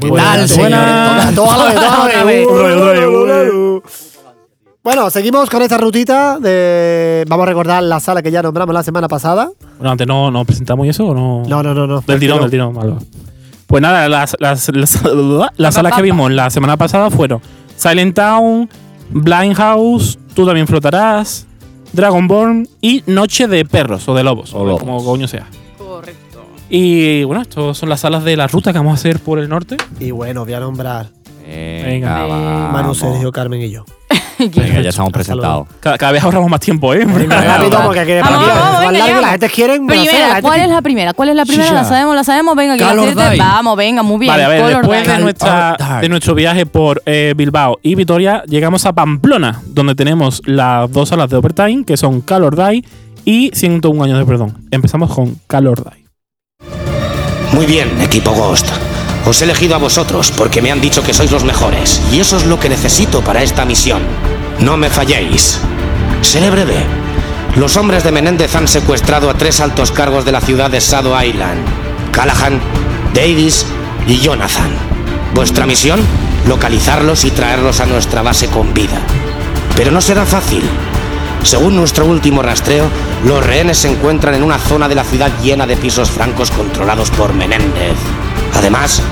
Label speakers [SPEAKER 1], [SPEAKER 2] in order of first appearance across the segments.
[SPEAKER 1] ¿Qué tal,
[SPEAKER 2] Buena.
[SPEAKER 1] señores? Toda- toda la vez, toda la vez. Bueno, seguimos con esta rutita de... Vamos a recordar la sala que ya nombramos la semana pasada.
[SPEAKER 2] Bueno, antes no, no presentamos y eso o no.
[SPEAKER 1] No, no, no, no.
[SPEAKER 2] Del tirón, del tirón, vale. Pues nada, las, las, las, las salas que vimos la semana pasada fueron Silent Town, Blind House, Tú también flotarás, Dragonborn y Noche de Perros o de Lobos,
[SPEAKER 3] O
[SPEAKER 2] o de
[SPEAKER 3] lobos.
[SPEAKER 2] como coño sea.
[SPEAKER 4] Correcto.
[SPEAKER 2] Y bueno, estas son las salas de la ruta que vamos a hacer por el norte.
[SPEAKER 1] Y bueno, voy a nombrar
[SPEAKER 2] Venga,
[SPEAKER 3] Venga,
[SPEAKER 1] Manu,
[SPEAKER 3] vamos.
[SPEAKER 1] Sergio, Carmen y yo.
[SPEAKER 3] Eh, Venga, ya
[SPEAKER 1] Hasta
[SPEAKER 3] estamos presentados.
[SPEAKER 1] luego.
[SPEAKER 2] Cada, cada vez ahorramos más tiempo, ¿eh?
[SPEAKER 3] Venga,
[SPEAKER 1] Rápido,
[SPEAKER 3] va.
[SPEAKER 1] porque aquí
[SPEAKER 4] Vamos,
[SPEAKER 1] rápido,
[SPEAKER 4] vamos,
[SPEAKER 1] es más
[SPEAKER 4] venga,
[SPEAKER 1] largo,
[SPEAKER 4] ya.
[SPEAKER 1] la gente quiere... hacer, la
[SPEAKER 4] Primera,
[SPEAKER 1] gente
[SPEAKER 4] ¿cuál
[SPEAKER 1] quiere-
[SPEAKER 4] es la primera? ¿Cuál es la primera?
[SPEAKER 3] Sí, ya.
[SPEAKER 4] La sabemos, la sabemos. Venga, que la
[SPEAKER 3] Color
[SPEAKER 4] aciertes.
[SPEAKER 3] Dive.
[SPEAKER 4] Vamos, venga, muy bien.
[SPEAKER 2] Vale, a ver,
[SPEAKER 4] Color
[SPEAKER 2] después
[SPEAKER 4] Dive.
[SPEAKER 2] de, nuestra,
[SPEAKER 3] Dark.
[SPEAKER 2] de nuestro viaje por eh, Bilbao y Vitoria, llegamos a Pamplona, donde tenemos las dos salas de Overtime, que son Calor Die y 101 años de perdón. Empezamos con Calor Die.
[SPEAKER 5] Muy bien, equipo Ghost. Os he elegido a vosotros porque me han dicho que sois los mejores y eso es lo que necesito para esta misión. No me falléis. Seré breve. Los hombres de Menéndez han secuestrado a tres altos cargos de la ciudad de Sado Island. Callahan, Davis y Jonathan. Vuestra misión, localizarlos y traerlos a nuestra base con vida. Pero no será fácil. Según nuestro último rastreo, los rehenes se encuentran en una zona de la ciudad llena de pisos francos controlados por Menéndez. Además,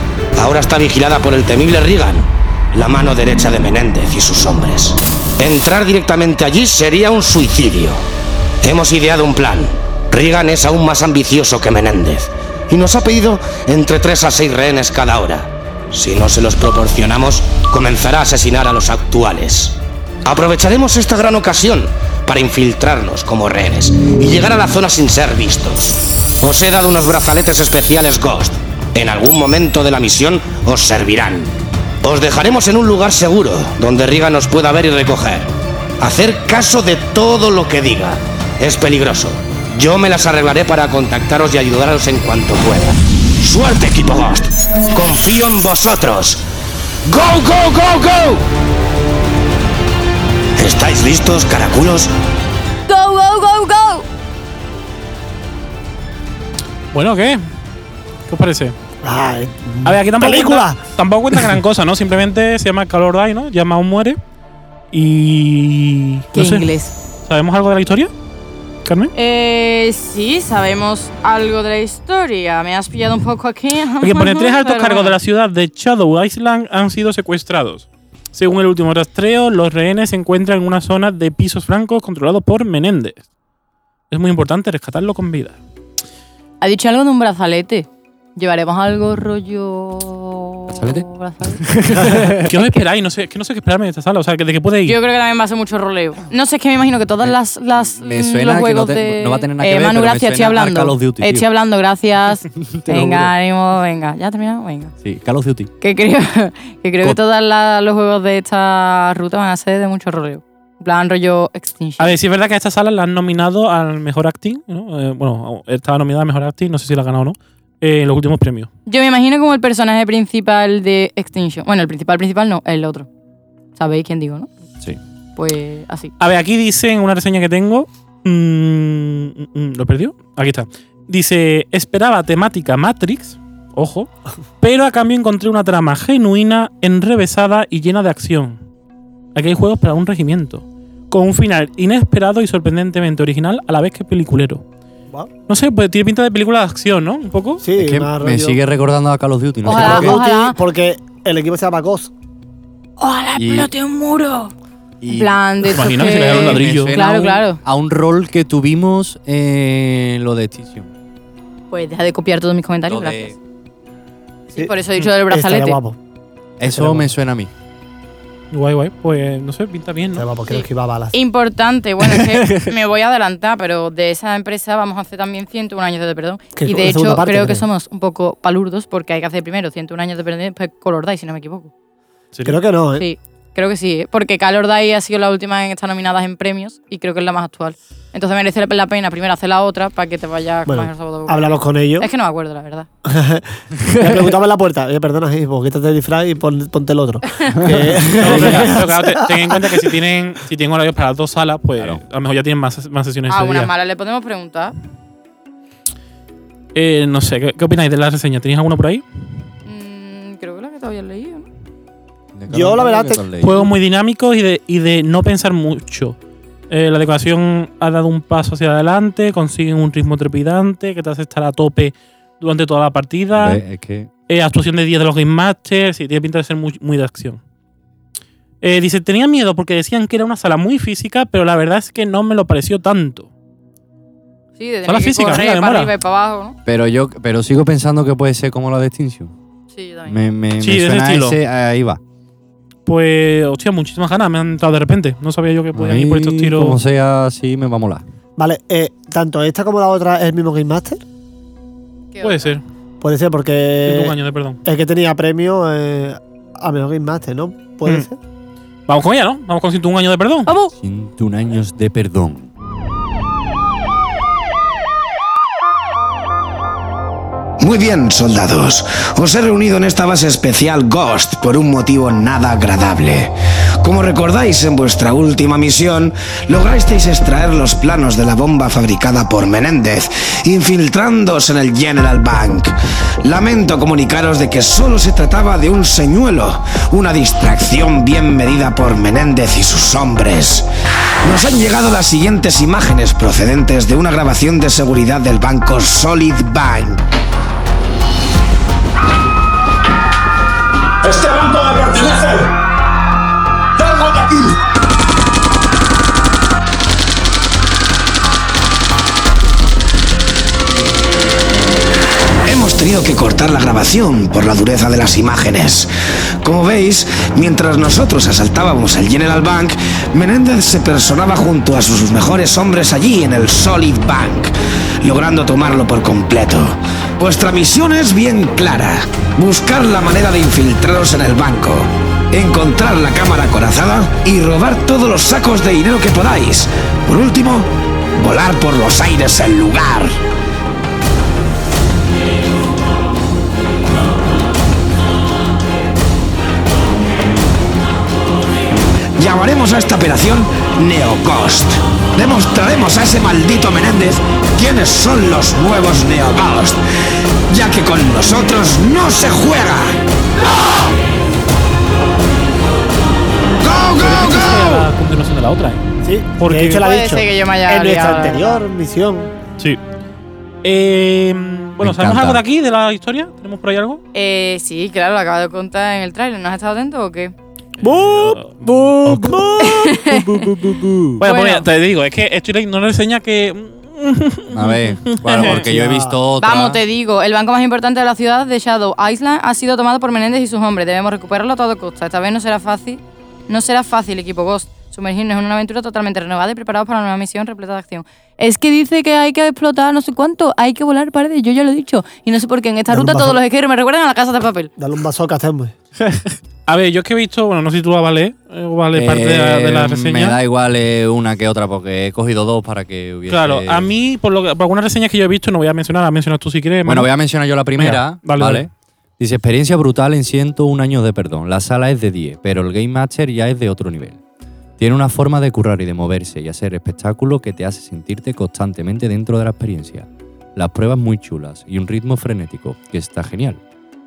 [SPEAKER 5] ahora está vigilada por el temible Reagan, la mano derecha de Menéndez y sus hombres. Entrar directamente allí sería un suicidio. Hemos ideado un plan. Reagan es aún más ambicioso que Menéndez y nos ha pedido entre 3 a 6 rehenes cada hora. Si no se los proporcionamos, comenzará a asesinar a los actuales. Aprovecharemos esta gran ocasión para infiltrarnos como rehenes y llegar a la zona sin ser vistos. Os he dado unos brazaletes especiales Ghost. En algún momento de la misión os servirán. Os dejaremos en un lugar seguro donde Riga nos pueda ver y recoger. Hacer caso de todo lo que diga. Es peligroso. Yo me las arreglaré para contactaros y ayudaros en cuanto pueda. Suerte, equipo Ghost. Confío en vosotros. ¡Go, go, go, go! ¿Estáis listos, caraculos?
[SPEAKER 4] Go, go, go, go.
[SPEAKER 2] Bueno, ¿qué? ¿Qué os parece?
[SPEAKER 1] Ay,
[SPEAKER 2] A ver, aquí tampoco
[SPEAKER 1] Película.
[SPEAKER 2] Cuenta, tampoco cuenta gran cosa, ¿no? Simplemente se llama Calor Die, ¿no? Llama a un muere. Y.
[SPEAKER 4] Qué
[SPEAKER 2] no sé,
[SPEAKER 4] inglés.
[SPEAKER 2] ¿Sabemos algo de la historia? Carmen.
[SPEAKER 4] Eh, sí, sabemos algo de la historia. Me has pillado un poco aquí.
[SPEAKER 2] Porque pone tres altos
[SPEAKER 4] Pero
[SPEAKER 2] cargos de
[SPEAKER 4] bueno.
[SPEAKER 2] la ciudad de Shadow Island han sido secuestrados. Según el último rastreo, los rehenes se encuentran en una zona de pisos francos controlados por Menéndez. Es muy importante rescatarlo con vida.
[SPEAKER 4] Ha dicho algo de un brazalete. Llevaremos algo rollo.
[SPEAKER 3] ¿Brazalete?
[SPEAKER 4] Brazalete.
[SPEAKER 2] ¿Qué os esperáis? No sé, es que no sé qué esperarme de esta sala. O sea, ¿de qué puede
[SPEAKER 4] Yo
[SPEAKER 2] ir?
[SPEAKER 4] creo que también va a ser mucho roleo. No sé, es que me imagino que todas
[SPEAKER 3] Me-
[SPEAKER 4] las, las
[SPEAKER 3] me
[SPEAKER 4] mm,
[SPEAKER 3] suena
[SPEAKER 4] los
[SPEAKER 3] que no
[SPEAKER 4] juegos
[SPEAKER 3] te-
[SPEAKER 4] de
[SPEAKER 3] no va a tener nada que
[SPEAKER 4] Eh,
[SPEAKER 3] ver,
[SPEAKER 4] Manu,
[SPEAKER 3] pero me
[SPEAKER 4] gracias, estoy
[SPEAKER 3] suena a
[SPEAKER 4] hablando. Eh,
[SPEAKER 3] Call of Duty, tío.
[SPEAKER 4] estoy hablando, gracias.
[SPEAKER 3] lo juro.
[SPEAKER 4] venga, ánimo, venga. ¿Ya ha terminado? Venga.
[SPEAKER 3] Sí, Call of Duty.
[SPEAKER 4] Que creo que, creo que
[SPEAKER 3] Con-
[SPEAKER 4] todos los juegos de esta ruta van a ser de mucho roleo. En plan rollo Extinction.
[SPEAKER 2] A ver, si es verdad que a esta sala la han nominado al mejor acting. ¿no? Eh, bueno, estaba nominada al mejor acting, no sé si la ha ganado o no. eh, en los últimos premios.
[SPEAKER 4] Yo me imagino como el personaje principal de Extinction. Bueno, el principal principal no, el otro. ¿Sabéis quién digo, no?
[SPEAKER 3] Sí.
[SPEAKER 4] Pues así.
[SPEAKER 2] A ver, aquí dice en una reseña que tengo. mm, mm, mm, ¿Lo perdió? Aquí está. Dice: Esperaba temática Matrix, ojo, pero a cambio encontré una trama genuina, enrevesada y llena de acción. Aquí hay juegos para un regimiento, con un final inesperado y sorprendentemente original a la vez que peliculero.
[SPEAKER 1] Guau.
[SPEAKER 2] No sé, pues tiene pinta de película de acción, ¿no? Un poco.
[SPEAKER 1] Sí,
[SPEAKER 3] Es que
[SPEAKER 1] más
[SPEAKER 3] me
[SPEAKER 1] rollo.
[SPEAKER 3] sigue recordando a Call of Duty. No sé
[SPEAKER 4] Ojalá,
[SPEAKER 1] Call
[SPEAKER 3] por qué.
[SPEAKER 1] of Duty,
[SPEAKER 4] ojalá.
[SPEAKER 1] porque el equipo se llama Ghost.
[SPEAKER 4] ¡Hola,
[SPEAKER 3] Y-
[SPEAKER 4] explote un muro!
[SPEAKER 3] Y-
[SPEAKER 4] plan de
[SPEAKER 2] ¿Te
[SPEAKER 4] esos
[SPEAKER 2] imaginas que se le cae un
[SPEAKER 3] Me
[SPEAKER 4] que-
[SPEAKER 2] ladrillo?
[SPEAKER 3] suena
[SPEAKER 4] Claro,
[SPEAKER 3] a un-
[SPEAKER 4] claro.
[SPEAKER 3] A un rol que tuvimos en lo de Extinction.
[SPEAKER 4] Pues deja de copiar todos mis comentarios,
[SPEAKER 3] Lo de-
[SPEAKER 4] gracias.
[SPEAKER 1] Eh,
[SPEAKER 4] Sí, por eso he dicho
[SPEAKER 1] mm,
[SPEAKER 4] del
[SPEAKER 1] Estaría
[SPEAKER 4] brazalete.
[SPEAKER 1] Este, guapo.
[SPEAKER 3] Eso me suena a mí.
[SPEAKER 2] Guay, guay. Pues no sé, pinta bien,
[SPEAKER 1] Estaría
[SPEAKER 2] ¿no?
[SPEAKER 1] guapo, que
[SPEAKER 4] Sí.
[SPEAKER 1] no esquiva balas.
[SPEAKER 4] Importante, bueno, es que me voy a adelantar, pero de esa empresa vamos a hacer también 101 años de perdón.
[SPEAKER 1] Que
[SPEAKER 4] Y
[SPEAKER 1] con la
[SPEAKER 4] de hecho,
[SPEAKER 1] segunda parte
[SPEAKER 4] creo que
[SPEAKER 1] tenemos.
[SPEAKER 4] somos un poco palurdos porque hay que hacer primero 101 años de perdón, pues Color Dive, si no me equivoco.
[SPEAKER 2] Sí.
[SPEAKER 1] Creo que no, ¿eh?
[SPEAKER 4] Sí. Creo que sí, ¿eh? porque Calor Day ha sido la última en estar nominadas en premios y creo que es la más actual. Entonces merece la pena primero hacer la otra para que te vayas con
[SPEAKER 1] Bueno,
[SPEAKER 4] más sabor de boca.
[SPEAKER 1] hablamos con ellos.
[SPEAKER 4] Es que no me acuerdo, la verdad.
[SPEAKER 1] Le preguntaba en la puerta, oye, perdona, hijo, quítate el disfraz y pon- ponte el otro. Que-
[SPEAKER 2] No, pero claro, pero claro, te- ten en cuenta que si tienen, si tienen horarios para las dos salas, pues
[SPEAKER 3] Claro.
[SPEAKER 2] a lo mejor ya tienen más, más sesiones
[SPEAKER 4] A
[SPEAKER 2] ese
[SPEAKER 4] una
[SPEAKER 2] día.
[SPEAKER 4] mala Ah, le podemos preguntar.
[SPEAKER 2] Eh, no sé, ¿qué, qué opináis de la reseña? ¿Tenéis alguno por ahí?
[SPEAKER 4] Mm, creo que la que te habías leído, ¿no?
[SPEAKER 1] Yo, la verdad, te-
[SPEAKER 2] Juegos muy dinámicos y de, y de no pensar mucho. Eh, la decoración ha dado un paso hacia adelante, consiguen un ritmo trepidante que te hace estar a tope durante toda la partida.
[SPEAKER 3] Es que.
[SPEAKER 2] Eh, actuación de 10 de los Game Masters y tiene pinta de ser muy, muy de acción. Eh, dice, tenía miedo porque decían que era una sala muy física, pero la verdad es que no me lo pareció tanto.
[SPEAKER 4] Sí, de
[SPEAKER 2] Sala
[SPEAKER 4] tener que
[SPEAKER 2] física,
[SPEAKER 4] correr
[SPEAKER 2] mira, me
[SPEAKER 4] para
[SPEAKER 2] mola.
[SPEAKER 4] arriba y para abajo,
[SPEAKER 3] Pero yo pero sigo pensando que puede ser como la de Extinction.
[SPEAKER 4] ¿no? Sí, yo también.
[SPEAKER 3] Me, me,
[SPEAKER 2] Sí,
[SPEAKER 3] me
[SPEAKER 2] de ese
[SPEAKER 3] suena a
[SPEAKER 2] estilo.
[SPEAKER 3] ese- ahí va.
[SPEAKER 2] Pues, hostia, muchísimas ganas me han entrado de repente. No sabía yo que podían ir por estos
[SPEAKER 3] Ahí, Como
[SPEAKER 2] tiros.
[SPEAKER 3] sea, sí me va a molar.
[SPEAKER 1] Vale, eh, tanto esta como la otra es el mismo Game Master.
[SPEAKER 4] ¿Qué
[SPEAKER 2] Puede
[SPEAKER 4] otra?
[SPEAKER 2] ser.
[SPEAKER 1] Puede ser,
[SPEAKER 2] Tengo un
[SPEAKER 1] porque
[SPEAKER 2] año de perdón.
[SPEAKER 1] el que tenía premio eh, a mejor Game Master, ¿no? Puede
[SPEAKER 3] Hmm.
[SPEAKER 2] Mm.
[SPEAKER 1] ser.
[SPEAKER 2] Vamos con ella, ¿no? Vamos con 101 años de perdón.
[SPEAKER 4] ¡Vamos!
[SPEAKER 3] 101 años de perdón.
[SPEAKER 5] Muy bien, soldados. Os he reunido en esta base especial Ghost por un motivo nada agradable. Como recordáis, en vuestra última misión, lograsteis extraer los planos de la bomba fabricada por Menéndez, infiltrándose en el General Bank. Lamento comunicaros de que solo se trataba de un señuelo, una distracción bien medida por Menéndez y sus hombres. Nos han llegado las siguientes imágenes procedentes de una grabación de seguridad del banco Solid Bank.
[SPEAKER 6] Este banco me pertenece. Salgo de aquí.
[SPEAKER 5] Hemos tenido que cortar la grabación por la dureza de las imágenes. Como veis, mientras nosotros asaltábamos el General Bank, Menéndez se personaba junto a sus mejores hombres allí en el Solid Bank, logrando tomarlo por completo. Vuestra misión es bien clara. Buscar la manera de infiltraros en el banco. Encontrar la cámara acorazada y robar todos los sacos de dinero que podáis. Por último, volar por los aires el lugar. Llamaremos a esta operación Neocost. Demostraremos a ese maldito Menéndez quiénes son los nuevos Neocost, ya que con nosotros no se juega. ¡No! ¡Go, go, go!
[SPEAKER 2] la continuación de la otra, ¿eh?
[SPEAKER 1] Sí,
[SPEAKER 2] Porque-
[SPEAKER 1] de hecho la ha
[SPEAKER 4] Puede
[SPEAKER 1] dicho.
[SPEAKER 4] ser que yo me haya
[SPEAKER 1] en nuestra
[SPEAKER 4] liado, la
[SPEAKER 1] anterior misión.
[SPEAKER 2] Sí. Eh, bueno,
[SPEAKER 3] Me
[SPEAKER 2] ¿sabemos
[SPEAKER 3] encanta.
[SPEAKER 2] algo de aquí, de la historia? ¿Tenemos por ahí algo?
[SPEAKER 4] Eh, sí, claro, lo acabo de contar en el tráiler. ¿No has estado atento o qué?
[SPEAKER 3] Eh, um,
[SPEAKER 1] ¡Bup! ¡Bup! ¡Bup! ¡Bup! ¡Bup! ¡Bup! ¡Bup!
[SPEAKER 2] Bueno, pues
[SPEAKER 4] Bueno.
[SPEAKER 2] mira, te digo, es que estoy leyendo una reseña que... mm,
[SPEAKER 3] A ver, bueno, porque yo he visto otra.
[SPEAKER 4] Vamos, te digo, el banco más importante de la ciudad de Shadow Island ha sido tomado por Menéndez y sus hombres. Debemos recuperarlo a toda costa. Esta vez no será fácil, no será fácil, equipo Ghost, sumergirnos en una aventura totalmente renovada y preparados para una nueva misión repleta de acción. Es que dice que hay que explotar no sé cuánto, hay que volar paredes, yo ya lo he dicho. Y no sé por qué en esta
[SPEAKER 1] Dale un
[SPEAKER 4] ruta
[SPEAKER 1] bajo.
[SPEAKER 4] todos los esqueros me recuerdan a la casa de papel.
[SPEAKER 1] Dale un vaso a Castembue.
[SPEAKER 2] A ver, yo es que he visto, bueno, no sé si tú la vale, eh, o vale parte de la, de la
[SPEAKER 3] Eh,
[SPEAKER 2] reseña.
[SPEAKER 3] Me da igual eh, una que otra porque he cogido dos para que hubiese.
[SPEAKER 2] Claro, a mí, por, lo que- por algunas reseñas que yo he visto, no voy a mencionar, las mencionas tú si quieres. Manu.
[SPEAKER 3] Bueno, voy a mencionar yo la primera.
[SPEAKER 2] Venga, vale,
[SPEAKER 3] vale,
[SPEAKER 2] dale.
[SPEAKER 3] Dice: experiencia brutal en 101 años de perdón. La sala es de 10, pero el Game Master ya es de otro nivel. Tiene una forma de currar y de moverse y hacer espectáculo que te hace sentirte constantemente dentro de la experiencia. Las pruebas muy chulas y un ritmo frenético, que está genial.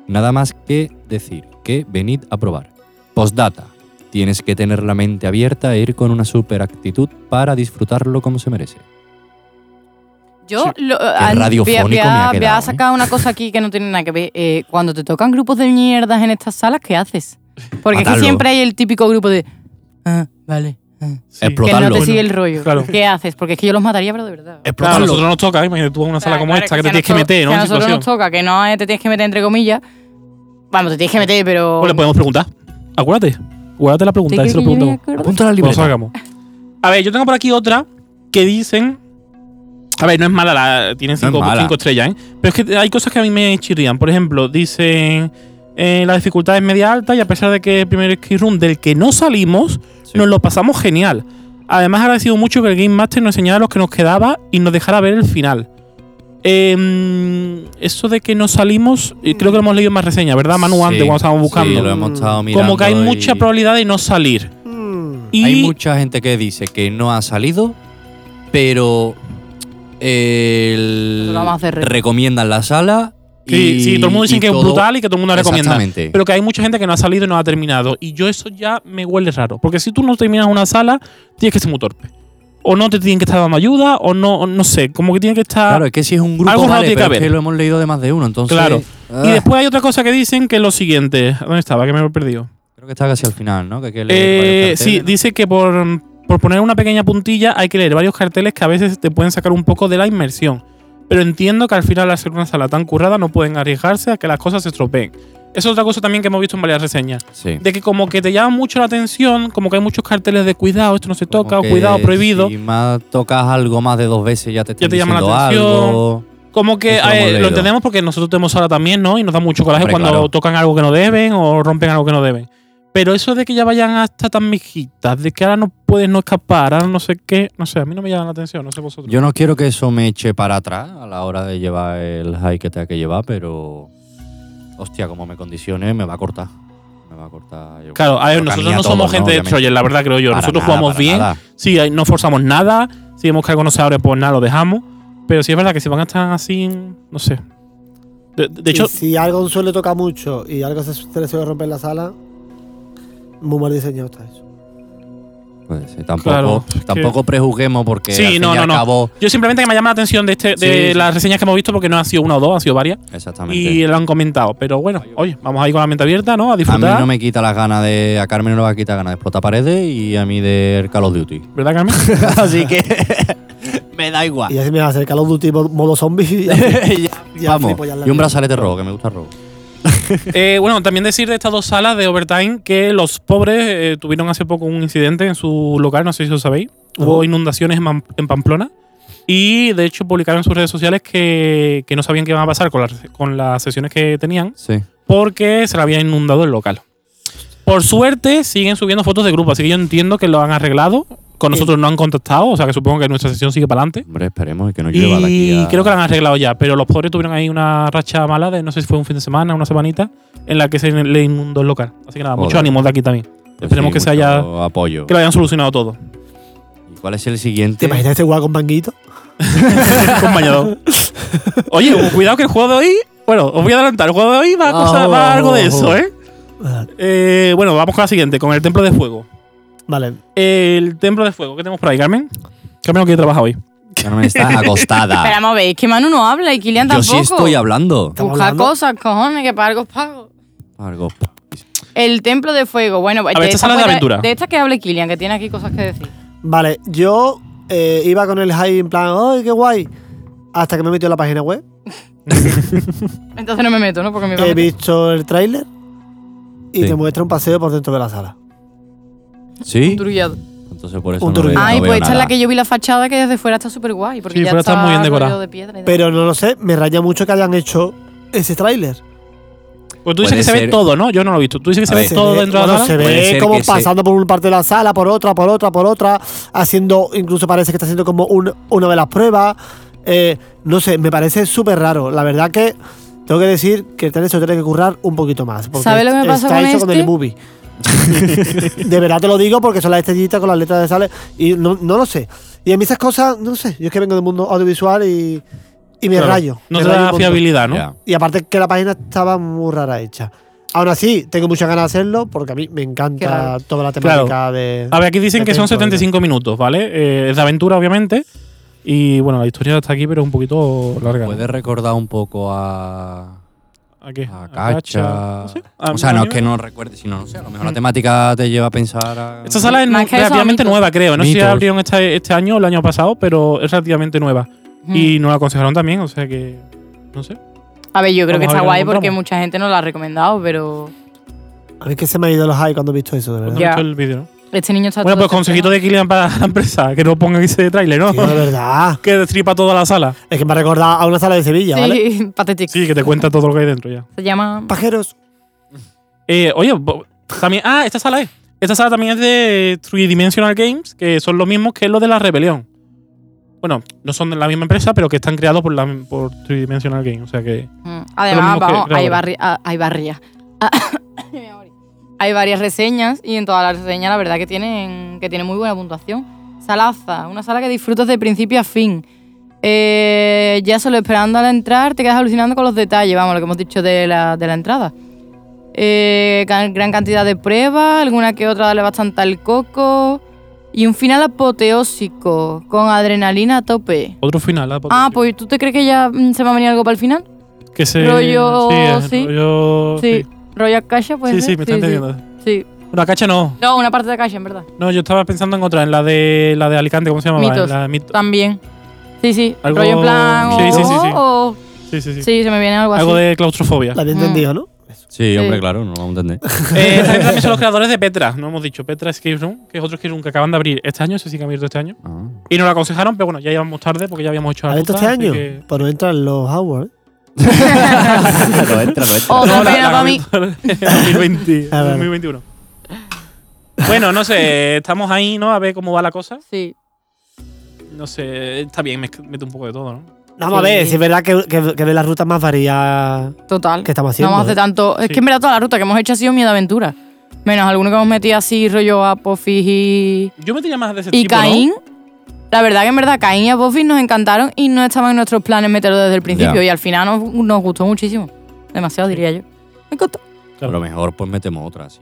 [SPEAKER 3] Nada más que decir que venid a probar. Postdata. Tienes que tener la mente abierta e ir con una super actitud para disfrutarlo como se merece.
[SPEAKER 4] Yo lo,
[SPEAKER 3] radiofónico
[SPEAKER 4] voy, a- voy
[SPEAKER 3] me
[SPEAKER 4] a,
[SPEAKER 3] ha
[SPEAKER 4] voy a
[SPEAKER 3] quedado, ¿eh?
[SPEAKER 4] sacar una cosa aquí que no tiene nada que ver. Eh, cuando te tocan grupos de mierdas en estas salas, ¿qué haces? Porque es que
[SPEAKER 3] Matarlo.
[SPEAKER 4] siempre hay el típico grupo de. Ah, vale. ah".
[SPEAKER 2] Sí.
[SPEAKER 4] Que no
[SPEAKER 3] Explotarlo.
[SPEAKER 4] te sigue el rollo.
[SPEAKER 2] Claro.
[SPEAKER 4] ¿Qué haces? Porque es que yo los mataría, pero de verdad.
[SPEAKER 2] Claro, a
[SPEAKER 3] Explótalo.
[SPEAKER 2] nosotros nos toca, imagínate tú en una sala
[SPEAKER 4] Claro,
[SPEAKER 2] como
[SPEAKER 4] claro,
[SPEAKER 2] esta
[SPEAKER 4] es
[SPEAKER 2] que te
[SPEAKER 4] a
[SPEAKER 2] tienes que
[SPEAKER 4] nosotros-
[SPEAKER 2] meter, ¿no?
[SPEAKER 4] Que a
[SPEAKER 2] En
[SPEAKER 4] nosotros
[SPEAKER 2] situación.
[SPEAKER 4] nos toca, que no eh, te tienes que meter entre comillas. Vamos, te tienes que meter, pero.
[SPEAKER 2] Pues le podemos preguntar. Acuérdate. Guárdate la
[SPEAKER 4] ¿Te
[SPEAKER 2] pregunta y
[SPEAKER 4] crees
[SPEAKER 2] se lo
[SPEAKER 4] que yo me
[SPEAKER 2] preguntamos.
[SPEAKER 4] acuerdo?
[SPEAKER 3] Apunta la
[SPEAKER 2] Cuando
[SPEAKER 3] libreta.
[SPEAKER 2] salgamos. A ver, yo tengo por aquí otra que dicen. A ver, no es mala, la, tienen
[SPEAKER 3] No es
[SPEAKER 2] cinco,
[SPEAKER 3] mala.
[SPEAKER 2] cinco estrellas, ¿eh? Pero es que hay cosas que a mí me chirrían. Por ejemplo, dicen. Eh, la dificultad es media alta y a pesar de que el primer escape room del que no salimos,
[SPEAKER 3] Sí.
[SPEAKER 2] nos lo pasamos genial. Además, agradecido mucho que el Game Master nos enseñara los que nos quedaba y nos dejara ver el final. Eh, eso de que no salimos, eh, creo que lo hemos leído en más reseña, ¿verdad, Manu? Antes,
[SPEAKER 3] Sí,
[SPEAKER 2] cuando estábamos buscando.
[SPEAKER 3] Sí, lo hemos estado mirando.
[SPEAKER 2] Como que hay
[SPEAKER 3] y
[SPEAKER 2] mucha probabilidad de no salir.
[SPEAKER 1] Mm.
[SPEAKER 2] Y
[SPEAKER 3] Hay mucha gente que dice que no ha salido, pero el-
[SPEAKER 4] Lo vamos a hacer re-
[SPEAKER 3] recomiendan la sala.
[SPEAKER 2] Sí,
[SPEAKER 3] y-
[SPEAKER 2] sí, todo el mundo dice
[SPEAKER 3] y
[SPEAKER 2] que
[SPEAKER 3] todo-
[SPEAKER 2] es brutal y que todo el mundo la recomienda.
[SPEAKER 3] Exactamente.
[SPEAKER 2] Pero que hay mucha gente que no ha salido y no ha terminado. Y yo eso ya me huele raro. Porque si tú no terminas una sala, tienes que ser muy torpe. O no te tienen que estar dando ayuda, o no, o no sé, como que tiene que estar.
[SPEAKER 3] Claro, es que si es un grupo,
[SPEAKER 2] Algo raro
[SPEAKER 3] vale,
[SPEAKER 2] tiene que
[SPEAKER 3] pero es
[SPEAKER 2] haber.
[SPEAKER 3] que lo hemos leído de más de uno, entonces.
[SPEAKER 2] Claro.
[SPEAKER 3] Ah,
[SPEAKER 2] Y después hay otra cosa que dicen que es lo siguiente. ¿Dónde estaba? Que me lo he perdido.
[SPEAKER 3] Creo que está casi al final, ¿no? Que hay que leer
[SPEAKER 2] Eh,
[SPEAKER 3] varios
[SPEAKER 2] sí,
[SPEAKER 3] carteles, ¿no?
[SPEAKER 2] dice que por, por poner una pequeña puntilla hay que leer varios carteles que a veces te pueden sacar un poco de la inmersión. Pero entiendo que al final al ser una sala tan currada no pueden arriesgarse a que las cosas se estropeen. Eso es otra cosa también que hemos visto en varias reseñas.
[SPEAKER 3] Sí.
[SPEAKER 2] de que como que te llama mucho la atención, como que hay muchos carteles de cuidado, esto no se
[SPEAKER 3] Como
[SPEAKER 2] toca, o
[SPEAKER 3] que
[SPEAKER 2] cuidado prohibido.
[SPEAKER 3] Si más tocas algo más de dos veces, ya te están
[SPEAKER 2] Ya te llama la
[SPEAKER 3] diciendo
[SPEAKER 2] atención.
[SPEAKER 3] algo.
[SPEAKER 2] Como que
[SPEAKER 3] Eso lo
[SPEAKER 2] eh,
[SPEAKER 3] hemos
[SPEAKER 2] lo
[SPEAKER 3] leído.
[SPEAKER 2] entendemos porque nosotros tenemos ahora también, ¿no? Y nos da mucho coraje
[SPEAKER 3] Hombre,
[SPEAKER 2] cuando
[SPEAKER 3] claro.
[SPEAKER 2] tocan algo que no deben o rompen algo que no deben. Pero eso de que ya vayan hasta tan mijitas, de que ahora no puedes no escapar, ahora no sé qué, no sé, a mí no me llama la atención, no sé vosotros.
[SPEAKER 3] Yo no quiero que eso me eche para atrás a la hora de llevar el high que tenga que llevar, pero. Hostia, como me condicione, me va a cortar. Me va a cortar. yo-
[SPEAKER 2] Claro, a ver,
[SPEAKER 3] Creo que
[SPEAKER 2] nosotros
[SPEAKER 3] mí a
[SPEAKER 2] no somos
[SPEAKER 3] todos,
[SPEAKER 2] gente de
[SPEAKER 3] Obviamente.
[SPEAKER 2] Troyer, la verdad creo yo.
[SPEAKER 3] Para
[SPEAKER 2] nosotros
[SPEAKER 3] nada,
[SPEAKER 2] jugamos
[SPEAKER 3] para
[SPEAKER 2] bien,
[SPEAKER 3] nada.
[SPEAKER 2] sí, ahí no forzamos nada, si vemos que algo no se abre, pues nada, lo dejamos. Pero sí es verdad que si van a estar así, no sé. De,
[SPEAKER 1] Y
[SPEAKER 2] de hecho,
[SPEAKER 1] si algo un suelo toca mucho y algo se, se le suele romper en la sala, muy mal diseñado está eso.
[SPEAKER 3] Pues sí, tampoco,
[SPEAKER 2] Claro, es que-
[SPEAKER 3] tampoco prejuzguemos porque.
[SPEAKER 2] Sí,
[SPEAKER 3] al fin
[SPEAKER 2] no,
[SPEAKER 3] y
[SPEAKER 2] no,
[SPEAKER 3] al
[SPEAKER 2] no.
[SPEAKER 3] cabo-
[SPEAKER 2] Yo simplemente que me llama la atención de, este, de
[SPEAKER 3] Sí, sí.
[SPEAKER 2] las reseñas que hemos visto, porque no han sido una o dos, han sido varias.
[SPEAKER 3] Exactamente.
[SPEAKER 2] Y lo han comentado. Pero bueno, oye, vamos ahí con la mente abierta, ¿no? A
[SPEAKER 3] a mí
[SPEAKER 2] disfrutar.
[SPEAKER 3] no me quita las ganas de. A Carmen no le va a quitar ganas de explotar paredes y a mí de Call of Duty.
[SPEAKER 2] ¿Verdad, Carmen?
[SPEAKER 3] Así que. me da igual.
[SPEAKER 1] Y así me hace el Call of Duty mo- modo zombie. ya. ya
[SPEAKER 3] Vamos.
[SPEAKER 1] flipo, ya la
[SPEAKER 3] Y un
[SPEAKER 1] vi.
[SPEAKER 3] brazalete rojo, que me gusta el rojo.
[SPEAKER 2] Eh, bueno, también decir de estas dos salas de Overtime que los pobres eh, tuvieron hace poco un incidente en su local, no sé si lo sabéis. Hubo
[SPEAKER 3] Oh.
[SPEAKER 1] Ujú.
[SPEAKER 2] inundaciones en, Mam- en Pamplona. Y de hecho publicaron en sus redes sociales que, que no sabían qué iban a pasar con las, con las sesiones que tenían.
[SPEAKER 3] Sí.
[SPEAKER 2] porque se le había inundado el local. Por suerte, siguen subiendo fotos de grupo, así que yo entiendo que lo han arreglado. Con nosotros no han contactado, o sea que supongo que nuestra sesión sigue para adelante.
[SPEAKER 3] Hombre, esperemos y que no llueva de aquí.
[SPEAKER 2] Y
[SPEAKER 3] a-
[SPEAKER 2] creo que la han arreglado ya, pero los pobres tuvieron ahí una racha mala de no sé si fue un fin de semana, una semanita, en la que se le inundó el local. Así que nada, mucho
[SPEAKER 3] Joder.
[SPEAKER 2] ánimo de aquí también.
[SPEAKER 3] Pues
[SPEAKER 2] Esperemos
[SPEAKER 3] sí,
[SPEAKER 2] que se
[SPEAKER 3] mucho
[SPEAKER 2] haya.
[SPEAKER 3] apoyo.
[SPEAKER 2] que lo hayan solucionado todo.
[SPEAKER 3] ¿Y cuál es el
[SPEAKER 1] ¿Te
[SPEAKER 3] siguiente?
[SPEAKER 1] imaginas ese guapo con manguito?
[SPEAKER 2] Con bañador. Oye, cuidado que el juego de hoy. Bueno, os voy a adelantar, el juego de hoy va a, cosa-
[SPEAKER 3] Oh,
[SPEAKER 2] va a algo de eso, ¿eh?
[SPEAKER 1] Ah,
[SPEAKER 2] Eh, Bueno, vamos con la siguiente, con el templo de fuego.
[SPEAKER 1] Vale.
[SPEAKER 2] El templo de fuego, ¿qué tenemos por ahí, Carmen? Carmen no quiere trabajar hoy.
[SPEAKER 3] Carmen está
[SPEAKER 4] Pero
[SPEAKER 3] acostada.
[SPEAKER 4] vamos a ver, es que Manu no habla y Kilian
[SPEAKER 3] Yo
[SPEAKER 4] tampoco.
[SPEAKER 3] sí estoy hablando.
[SPEAKER 1] Estamos
[SPEAKER 4] Busca
[SPEAKER 1] hablando.
[SPEAKER 4] cosas, cojones, que para algo os pago.
[SPEAKER 3] Algo.
[SPEAKER 4] El templo de fuego. Bueno, pues
[SPEAKER 2] A ver,
[SPEAKER 4] de
[SPEAKER 2] esta sala de
[SPEAKER 4] puede-
[SPEAKER 2] aventura.
[SPEAKER 4] De esta que hable Kilian, que tiene aquí cosas que decir.
[SPEAKER 1] Vale, yo eh, iba con el high en plan, ¡ay, qué guay! Hasta que me he metido en la página web.
[SPEAKER 4] Entonces no me meto, ¿no? Porque me va a
[SPEAKER 1] He
[SPEAKER 4] meter.
[SPEAKER 1] visto el tráiler y
[SPEAKER 3] Sí.
[SPEAKER 1] te muestra un paseo por dentro de la sala.
[SPEAKER 3] ¿Sí?
[SPEAKER 4] un trullado.
[SPEAKER 3] Entonces por eso
[SPEAKER 1] Un
[SPEAKER 3] no veo,
[SPEAKER 1] turbillo.
[SPEAKER 3] no
[SPEAKER 4] Ay,
[SPEAKER 3] veo
[SPEAKER 4] pues esta es
[SPEAKER 3] nada.
[SPEAKER 4] la que yo vi la fachada que desde fuera está súper guay. Porque
[SPEAKER 2] Sí,
[SPEAKER 4] ya
[SPEAKER 2] fuera está muy bien
[SPEAKER 4] rollo
[SPEAKER 2] decorada.
[SPEAKER 4] de piedra y demás.
[SPEAKER 1] Pero no lo sé, me raya mucho que hayan hecho ese tráiler.
[SPEAKER 2] Pues tú dices
[SPEAKER 3] Puede
[SPEAKER 2] que se ve
[SPEAKER 3] ser.
[SPEAKER 2] todo, ¿no? Yo no lo he visto. Tú dices que se
[SPEAKER 3] A
[SPEAKER 2] ve
[SPEAKER 3] ver.
[SPEAKER 2] todo dentro de la
[SPEAKER 1] bueno,
[SPEAKER 2] sala.
[SPEAKER 1] se
[SPEAKER 3] Puede
[SPEAKER 1] ve
[SPEAKER 3] ser
[SPEAKER 1] como
[SPEAKER 3] que se-
[SPEAKER 1] pasando por una parte de la sala, por otra, por otra, por otra, haciendo, incluso parece que está haciendo como un- una de las pruebas. Eh, no sé, me parece súper raro. La verdad que tengo que decir que el tráiler se lo tiene que currar un poquito más. Porque
[SPEAKER 4] ¿Sabes lo que me pasa
[SPEAKER 1] está
[SPEAKER 4] con
[SPEAKER 1] hecho con
[SPEAKER 4] este?
[SPEAKER 1] el movie. de verdad te lo digo porque son las estrellitas con las letras de sale y no, no lo sé. Y a mí esas cosas, no sé, yo es que vengo del mundo audiovisual y, y me
[SPEAKER 2] Claro.
[SPEAKER 1] rayo.
[SPEAKER 2] No
[SPEAKER 1] me
[SPEAKER 2] te
[SPEAKER 1] rayo un
[SPEAKER 2] da
[SPEAKER 1] montón.
[SPEAKER 2] fiabilidad, ¿no?
[SPEAKER 3] Ya.
[SPEAKER 1] Y aparte que la página estaba muy rara hecha. Aún así, tengo muchas ganas de hacerlo porque a mí me
[SPEAKER 4] Qué
[SPEAKER 1] encanta
[SPEAKER 4] raro.
[SPEAKER 1] toda la temática
[SPEAKER 2] Claro.
[SPEAKER 1] de...
[SPEAKER 2] A ver, aquí dicen
[SPEAKER 1] de
[SPEAKER 2] que son
[SPEAKER 1] templo,
[SPEAKER 2] 75 minutos, ¿vale? Eh, es de aventura, obviamente. Y bueno, la historia está aquí, pero es un poquito larga.
[SPEAKER 3] Puede recordar un poco a.
[SPEAKER 2] ¿A qué?
[SPEAKER 3] A
[SPEAKER 2] ¿A
[SPEAKER 3] Cacha.
[SPEAKER 2] No sé. A-
[SPEAKER 3] O sea, no
[SPEAKER 2] a
[SPEAKER 3] es
[SPEAKER 2] mí
[SPEAKER 3] que no recuerde, sino, no sé, a lo mejor la temática te lleva a pensar a.
[SPEAKER 2] Esta sala es
[SPEAKER 4] Más
[SPEAKER 2] nu-
[SPEAKER 4] que eso,
[SPEAKER 2] relativamente
[SPEAKER 4] mitos.
[SPEAKER 2] nueva, creo. No sé si
[SPEAKER 3] Mitos.
[SPEAKER 2] la abrieron esta- este, año o el año pasado, pero es relativamente nueva.
[SPEAKER 4] Mm.
[SPEAKER 2] Y nos la aconsejaron también, o sea que. No sé.
[SPEAKER 4] A ver, yo
[SPEAKER 2] Vamos a
[SPEAKER 4] creo que
[SPEAKER 2] ver
[SPEAKER 4] está
[SPEAKER 2] qué
[SPEAKER 4] guay
[SPEAKER 2] encontramos.
[SPEAKER 4] porque mucha gente no la ha recomendado, pero
[SPEAKER 1] A mí es que se me han ido los high cuando he visto eso, de verdad.
[SPEAKER 2] No he
[SPEAKER 4] Ya.
[SPEAKER 2] visto el vídeo, ¿no?
[SPEAKER 4] este niño está
[SPEAKER 2] Bueno,
[SPEAKER 4] todo
[SPEAKER 2] pues consejito
[SPEAKER 4] decepcionado.
[SPEAKER 2] de Kilian para la empresa, que no pongan ese tráiler, ¿no?
[SPEAKER 1] Tío, de verdad.
[SPEAKER 2] que destripa toda la sala.
[SPEAKER 1] Es que me ha recordado a una sala de Sevilla, ¿vale?
[SPEAKER 4] Sí, patético.
[SPEAKER 2] Sí, que te cuenta todo lo que hay dentro ya.
[SPEAKER 4] Se llama...
[SPEAKER 1] Pajeros.
[SPEAKER 2] Eh, oye, bo- también. Ah, esta sala es. Esta sala también es de Three Dimensional Games, que son los mismos que los de la Rebelión. Bueno, no son de la misma empresa, pero que están creados por, la, por Three Dimensional Games. O sea que.
[SPEAKER 4] Mm. Además,
[SPEAKER 2] mismo que
[SPEAKER 4] vamos, hay,
[SPEAKER 2] grabadora.
[SPEAKER 4] barri- ah, hay barria. Ah, me morí. hay varias reseñas y en todas las reseñas la verdad que tienen, que tienen muy buena puntuación. Salaza, una sala que disfrutas de principio a fin. Eh, ya solo esperando al entrar te quedas alucinando con los detalles, vamos, lo que hemos dicho de la, de la entrada. Eh, gran, gran cantidad de pruebas, alguna que otra le bastante al coco. Y un final apoteósico, con adrenalina a tope.
[SPEAKER 2] Otro final. ah,
[SPEAKER 4] Ah, pues ¿tú te crees que ya mm, se va a venir algo para el final?
[SPEAKER 2] Que se.
[SPEAKER 4] rollo-
[SPEAKER 2] es
[SPEAKER 4] sí.
[SPEAKER 2] rollo-
[SPEAKER 4] Sí. Royal Cacha, pues.
[SPEAKER 2] Sí, sí, me está entendiendo.
[SPEAKER 4] Sí.
[SPEAKER 2] Bueno, Cacha no.
[SPEAKER 4] No, una parte de Cacha, en verdad.
[SPEAKER 2] No, yo estaba pensando en otra, en la de la de Alicante, ¿cómo se llamaba?
[SPEAKER 4] Mitos. Ah.
[SPEAKER 2] En la de Mit-
[SPEAKER 4] También. Sí, sí.
[SPEAKER 2] Algo-
[SPEAKER 4] Rollo en plan.
[SPEAKER 2] Sí, sí,
[SPEAKER 4] o-
[SPEAKER 2] sí, sí.
[SPEAKER 4] o-
[SPEAKER 2] Sí, sí,
[SPEAKER 4] sí, pues
[SPEAKER 2] sí.
[SPEAKER 4] se me viene algo,
[SPEAKER 2] Algo
[SPEAKER 4] así.
[SPEAKER 2] de claustrofobia.
[SPEAKER 1] La había
[SPEAKER 4] Mm.
[SPEAKER 1] entendido, ¿no?
[SPEAKER 3] Sí,
[SPEAKER 4] Sí.
[SPEAKER 3] hombre, claro, no lo vamos a entender.
[SPEAKER 2] Eh, esta gente también son los creadores de Petra, no hemos dicho. Petra Escape Room, que es otro Escape Room que acaban de abrir este año, se sigue abierto este año.
[SPEAKER 3] Ah.
[SPEAKER 2] Y nos lo aconsejaron, pero bueno, ya llevamos tarde porque ya habíamos hecho la
[SPEAKER 1] ¿Abierto
[SPEAKER 2] ruta,
[SPEAKER 1] este
[SPEAKER 2] así
[SPEAKER 1] año?
[SPEAKER 2] que-
[SPEAKER 1] Pues no entran los awards.
[SPEAKER 3] No entra, no entra.
[SPEAKER 4] Oh, qué
[SPEAKER 2] No, la-
[SPEAKER 4] pena
[SPEAKER 2] la-
[SPEAKER 4] para mí.
[SPEAKER 2] 2020,
[SPEAKER 1] Ah, vale.
[SPEAKER 2] 2021. Bueno, no sé, estamos ahí, ¿no? A ver cómo va la cosa.
[SPEAKER 4] Sí.
[SPEAKER 2] No sé, está bien, mezc- mete un poco de todo, ¿no?
[SPEAKER 1] Vamos
[SPEAKER 4] Sí.
[SPEAKER 1] a ver, si es verdad que, que, que ve las rutas más variadas
[SPEAKER 4] Total.
[SPEAKER 1] que estamos
[SPEAKER 4] no
[SPEAKER 1] haciendo.
[SPEAKER 4] vamos a hacer
[SPEAKER 1] ¿eh?
[SPEAKER 4] tanto. Es
[SPEAKER 2] Sí.
[SPEAKER 4] que en verdad toda la ruta que hemos hecho ha sido miedo aventura. Menos alguno que hemos metido así, rollo Apophis y.
[SPEAKER 2] Yo me tenía más de ese
[SPEAKER 4] Y
[SPEAKER 2] tipo, ¿no?
[SPEAKER 4] Caín. La verdad que en verdad Caín y Apophis nos encantaron y no estaban en nuestros planes meterlo desde el principio.
[SPEAKER 3] Ya.
[SPEAKER 4] Y al final nos, nos gustó muchísimo. Demasiado, diría yo. Me encantó.
[SPEAKER 3] A lo mejor pues metemos otra, así.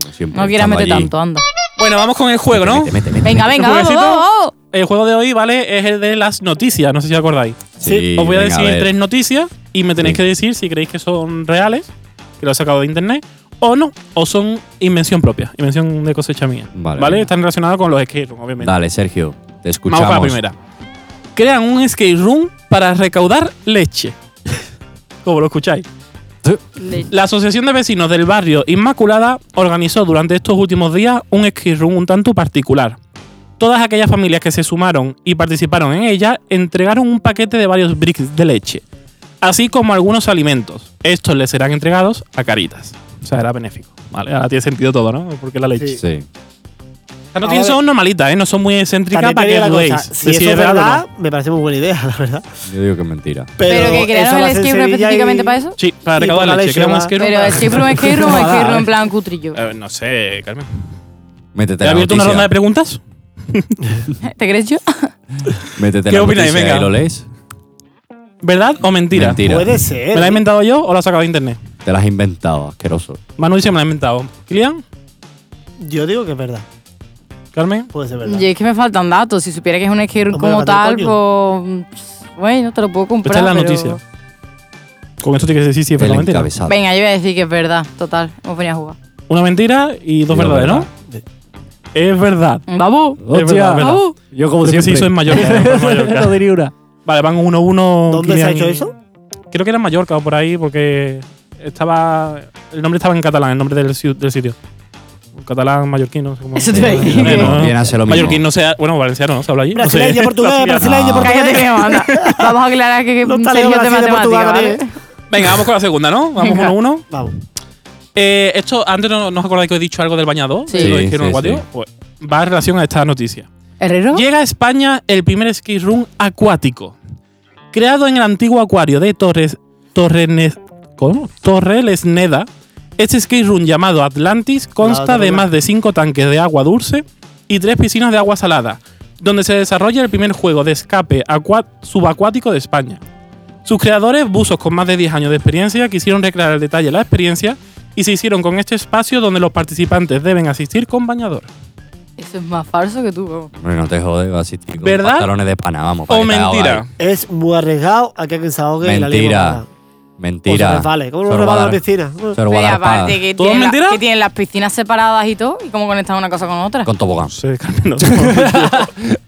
[SPEAKER 3] Como siempre.
[SPEAKER 4] No quieras
[SPEAKER 3] estando
[SPEAKER 4] meter
[SPEAKER 3] allí.
[SPEAKER 4] tanto, anda.
[SPEAKER 2] Bueno, vamos con el juego, ¿no?
[SPEAKER 3] Mete, mete, mete,
[SPEAKER 4] Venga, venga, vamos,
[SPEAKER 2] jueguecito?
[SPEAKER 4] vamos, vamos.
[SPEAKER 2] El juego de hoy, ¿vale? Es el de las noticias, no sé si acordáis.
[SPEAKER 3] Sí,
[SPEAKER 2] Os voy a
[SPEAKER 3] venga,
[SPEAKER 2] decir
[SPEAKER 3] ver.
[SPEAKER 2] tres noticias y me tenéis
[SPEAKER 3] Sí.
[SPEAKER 2] que decir si creéis que son reales, que lo he sacado de internet, o no, o son invención propia, invención de cosecha mía.
[SPEAKER 3] Vale,
[SPEAKER 2] Vale.
[SPEAKER 3] venga.
[SPEAKER 2] Están relacionadas con los skate room, obviamente.
[SPEAKER 3] Dale, Sergio, te escuchamos.
[SPEAKER 2] Vamos con la primera. Crean un skate room para recaudar leche. Como lo escucháis. La Asociación de Vecinos del Barrio Inmaculada organizó durante estos últimos días un skate room un tanto particular. Todas aquellas familias que se sumaron y participaron en ella entregaron un paquete de varios bricks de leche, así como algunos alimentos. Estos les serán entregados a caritas. O sea, era benéfico. Vale, ahora tiene sentido todo, ¿no? Porque la leche.
[SPEAKER 3] Sí.
[SPEAKER 2] Las noticias
[SPEAKER 1] Ahora-
[SPEAKER 2] son normalitas, ¿eh? No son muy excéntricas
[SPEAKER 1] También
[SPEAKER 2] para
[SPEAKER 1] te
[SPEAKER 2] que
[SPEAKER 1] digo una
[SPEAKER 2] dudéis.
[SPEAKER 1] cosa, Si
[SPEAKER 2] de
[SPEAKER 1] eso
[SPEAKER 2] es
[SPEAKER 1] es
[SPEAKER 2] real o no.
[SPEAKER 1] verdad, me parece muy buena idea, la verdad.
[SPEAKER 3] Yo digo que es mentira.
[SPEAKER 4] Pero, que
[SPEAKER 1] eso
[SPEAKER 4] crearon
[SPEAKER 1] lo
[SPEAKER 4] el
[SPEAKER 1] hacen
[SPEAKER 4] skate room
[SPEAKER 1] Sevilla y-
[SPEAKER 4] específicamente para eso.
[SPEAKER 2] Sí, para
[SPEAKER 1] Y
[SPEAKER 2] recaudar
[SPEAKER 1] por la
[SPEAKER 2] leche.
[SPEAKER 1] leche
[SPEAKER 2] Creamos
[SPEAKER 1] va.
[SPEAKER 2] que era
[SPEAKER 4] Pero
[SPEAKER 2] una-
[SPEAKER 4] el skate room es skate room, es skate room en plan cutrillo.
[SPEAKER 2] Eh, No sé, Carmen.
[SPEAKER 3] Métete
[SPEAKER 2] ¿Te ha
[SPEAKER 3] la
[SPEAKER 2] abierto una ronda
[SPEAKER 3] noticia.
[SPEAKER 2] de preguntas?
[SPEAKER 4] ¿Te crees yo?
[SPEAKER 3] Métete
[SPEAKER 2] ¿Qué
[SPEAKER 3] la
[SPEAKER 2] opináis?
[SPEAKER 3] noticia
[SPEAKER 2] Venga.
[SPEAKER 3] y lo lees.
[SPEAKER 2] ¿Verdad o mentira?
[SPEAKER 3] Mentira.
[SPEAKER 1] Puede ser.
[SPEAKER 2] ¿Me la he inventado yo o la he sacado de internet?
[SPEAKER 3] Te las has inventado, asqueroso.
[SPEAKER 2] Manu dice me la he inventado. ¿Kilian?
[SPEAKER 1] Yo digo que es verdad.
[SPEAKER 2] ¿Carmen?
[SPEAKER 1] Puede ser verdad.
[SPEAKER 4] Y es que me faltan datos. Si supiera que es un skate room
[SPEAKER 1] Hombre,
[SPEAKER 4] como tal,
[SPEAKER 1] bastante
[SPEAKER 4] pues. pss, Bueno, te lo puedo comprar.
[SPEAKER 2] Esta es la
[SPEAKER 4] pero-
[SPEAKER 2] noticia. Con esto tienes que decir si es
[SPEAKER 3] El
[SPEAKER 2] verdad o mentira.
[SPEAKER 3] encabezado.
[SPEAKER 4] Venga, yo voy a decir que es verdad. Total, hemos venido a jugar.
[SPEAKER 2] Una mentira y dos
[SPEAKER 3] Y
[SPEAKER 2] verdades, ¿no? Es verdad.
[SPEAKER 4] ¡Babu!
[SPEAKER 2] Es verdad, es verdad.
[SPEAKER 4] ¡Babu!
[SPEAKER 3] Yo como
[SPEAKER 2] Creo que se hizo en Mallorca. ¿no? En Mallorca.
[SPEAKER 3] no diría una.
[SPEAKER 2] Vale, van 1-1.
[SPEAKER 1] ¿Dónde se ha
[SPEAKER 2] Kilian.
[SPEAKER 1] hecho eso?
[SPEAKER 2] Creo que era en Mallorca o por ahí porque estaba... El nombre estaba en catalán, el nombre del, siu- del sitio. Catalán, mallorquín, no sé cómo.
[SPEAKER 4] Eso te iba a decir.
[SPEAKER 2] Eh, no, no.
[SPEAKER 3] Bien hace lo mismo.
[SPEAKER 2] Mallorquín no sea, bueno, valenciano no se habla allí. No sé.
[SPEAKER 1] Brasileño, portugués, brasileño,
[SPEAKER 3] Ah.
[SPEAKER 1] portugués.
[SPEAKER 4] Cállate que me manda. Vamos a aclarar que
[SPEAKER 1] Los
[SPEAKER 4] Sergio
[SPEAKER 1] talibanes
[SPEAKER 4] es de
[SPEAKER 1] de Portugal,
[SPEAKER 4] matemática, ¿vale?
[SPEAKER 1] ¿vale?
[SPEAKER 2] Venga, vamos con la segunda, ¿no? Vamos uno
[SPEAKER 4] Venga.
[SPEAKER 2] a uno.
[SPEAKER 1] Vamos.
[SPEAKER 2] Eh, esto, antes no, no os acordáis que os he dicho algo del bañador.
[SPEAKER 4] Sí.
[SPEAKER 2] de lo
[SPEAKER 3] Sí,
[SPEAKER 2] que hicieron
[SPEAKER 3] sí,
[SPEAKER 2] en Guatio?
[SPEAKER 3] sí.
[SPEAKER 2] Pues va en relación a esta noticia.
[SPEAKER 4] ¿Herrero?
[SPEAKER 2] Llega a España el primer ski room acuático. Creado en el antiguo acuario de Torres. Torrenes, ¿cómo? Torrelesneda. Este ski room llamado Atlantis consta
[SPEAKER 1] otra
[SPEAKER 2] de
[SPEAKER 1] vez.
[SPEAKER 2] más de cinco tanques de agua dulce y tres piscinas de agua salada, donde se desarrolla el primer juego de escape acua- subacuático de España. Sus creadores, buzos con más de 10 años de experiencia, quisieron recrear al detalle la experiencia y se hicieron con este espacio donde los participantes deben asistir con bañador.
[SPEAKER 4] Eso es más falso que tú, vamos.
[SPEAKER 3] Hombre, no te jodes, vas a asistir con
[SPEAKER 2] ¿Verdad?
[SPEAKER 3] pantalones de pana, vamos. para
[SPEAKER 2] ¿O
[SPEAKER 3] que te
[SPEAKER 2] mentira?
[SPEAKER 3] ahogas.
[SPEAKER 1] Es muy arriesgado. Aquí hay que se ahogue y la lengua
[SPEAKER 3] Mentira.
[SPEAKER 1] para- O
[SPEAKER 3] Mentira.
[SPEAKER 1] se resbale. ¿Cómo
[SPEAKER 3] Se
[SPEAKER 1] lo
[SPEAKER 3] lo va
[SPEAKER 1] resbala
[SPEAKER 3] a
[SPEAKER 1] la
[SPEAKER 3] dar-
[SPEAKER 1] piscina?
[SPEAKER 3] se lo va a
[SPEAKER 4] Pero
[SPEAKER 3] dar pa-
[SPEAKER 4] aparte que
[SPEAKER 2] ¿Todo
[SPEAKER 4] tienen, la-
[SPEAKER 2] mentira?
[SPEAKER 4] que tienen las piscinas separadas y todo, y cómo conectan una cosa con otra.
[SPEAKER 3] Con tobogán.
[SPEAKER 2] No sé, Carmen, no sé cómo decirlo.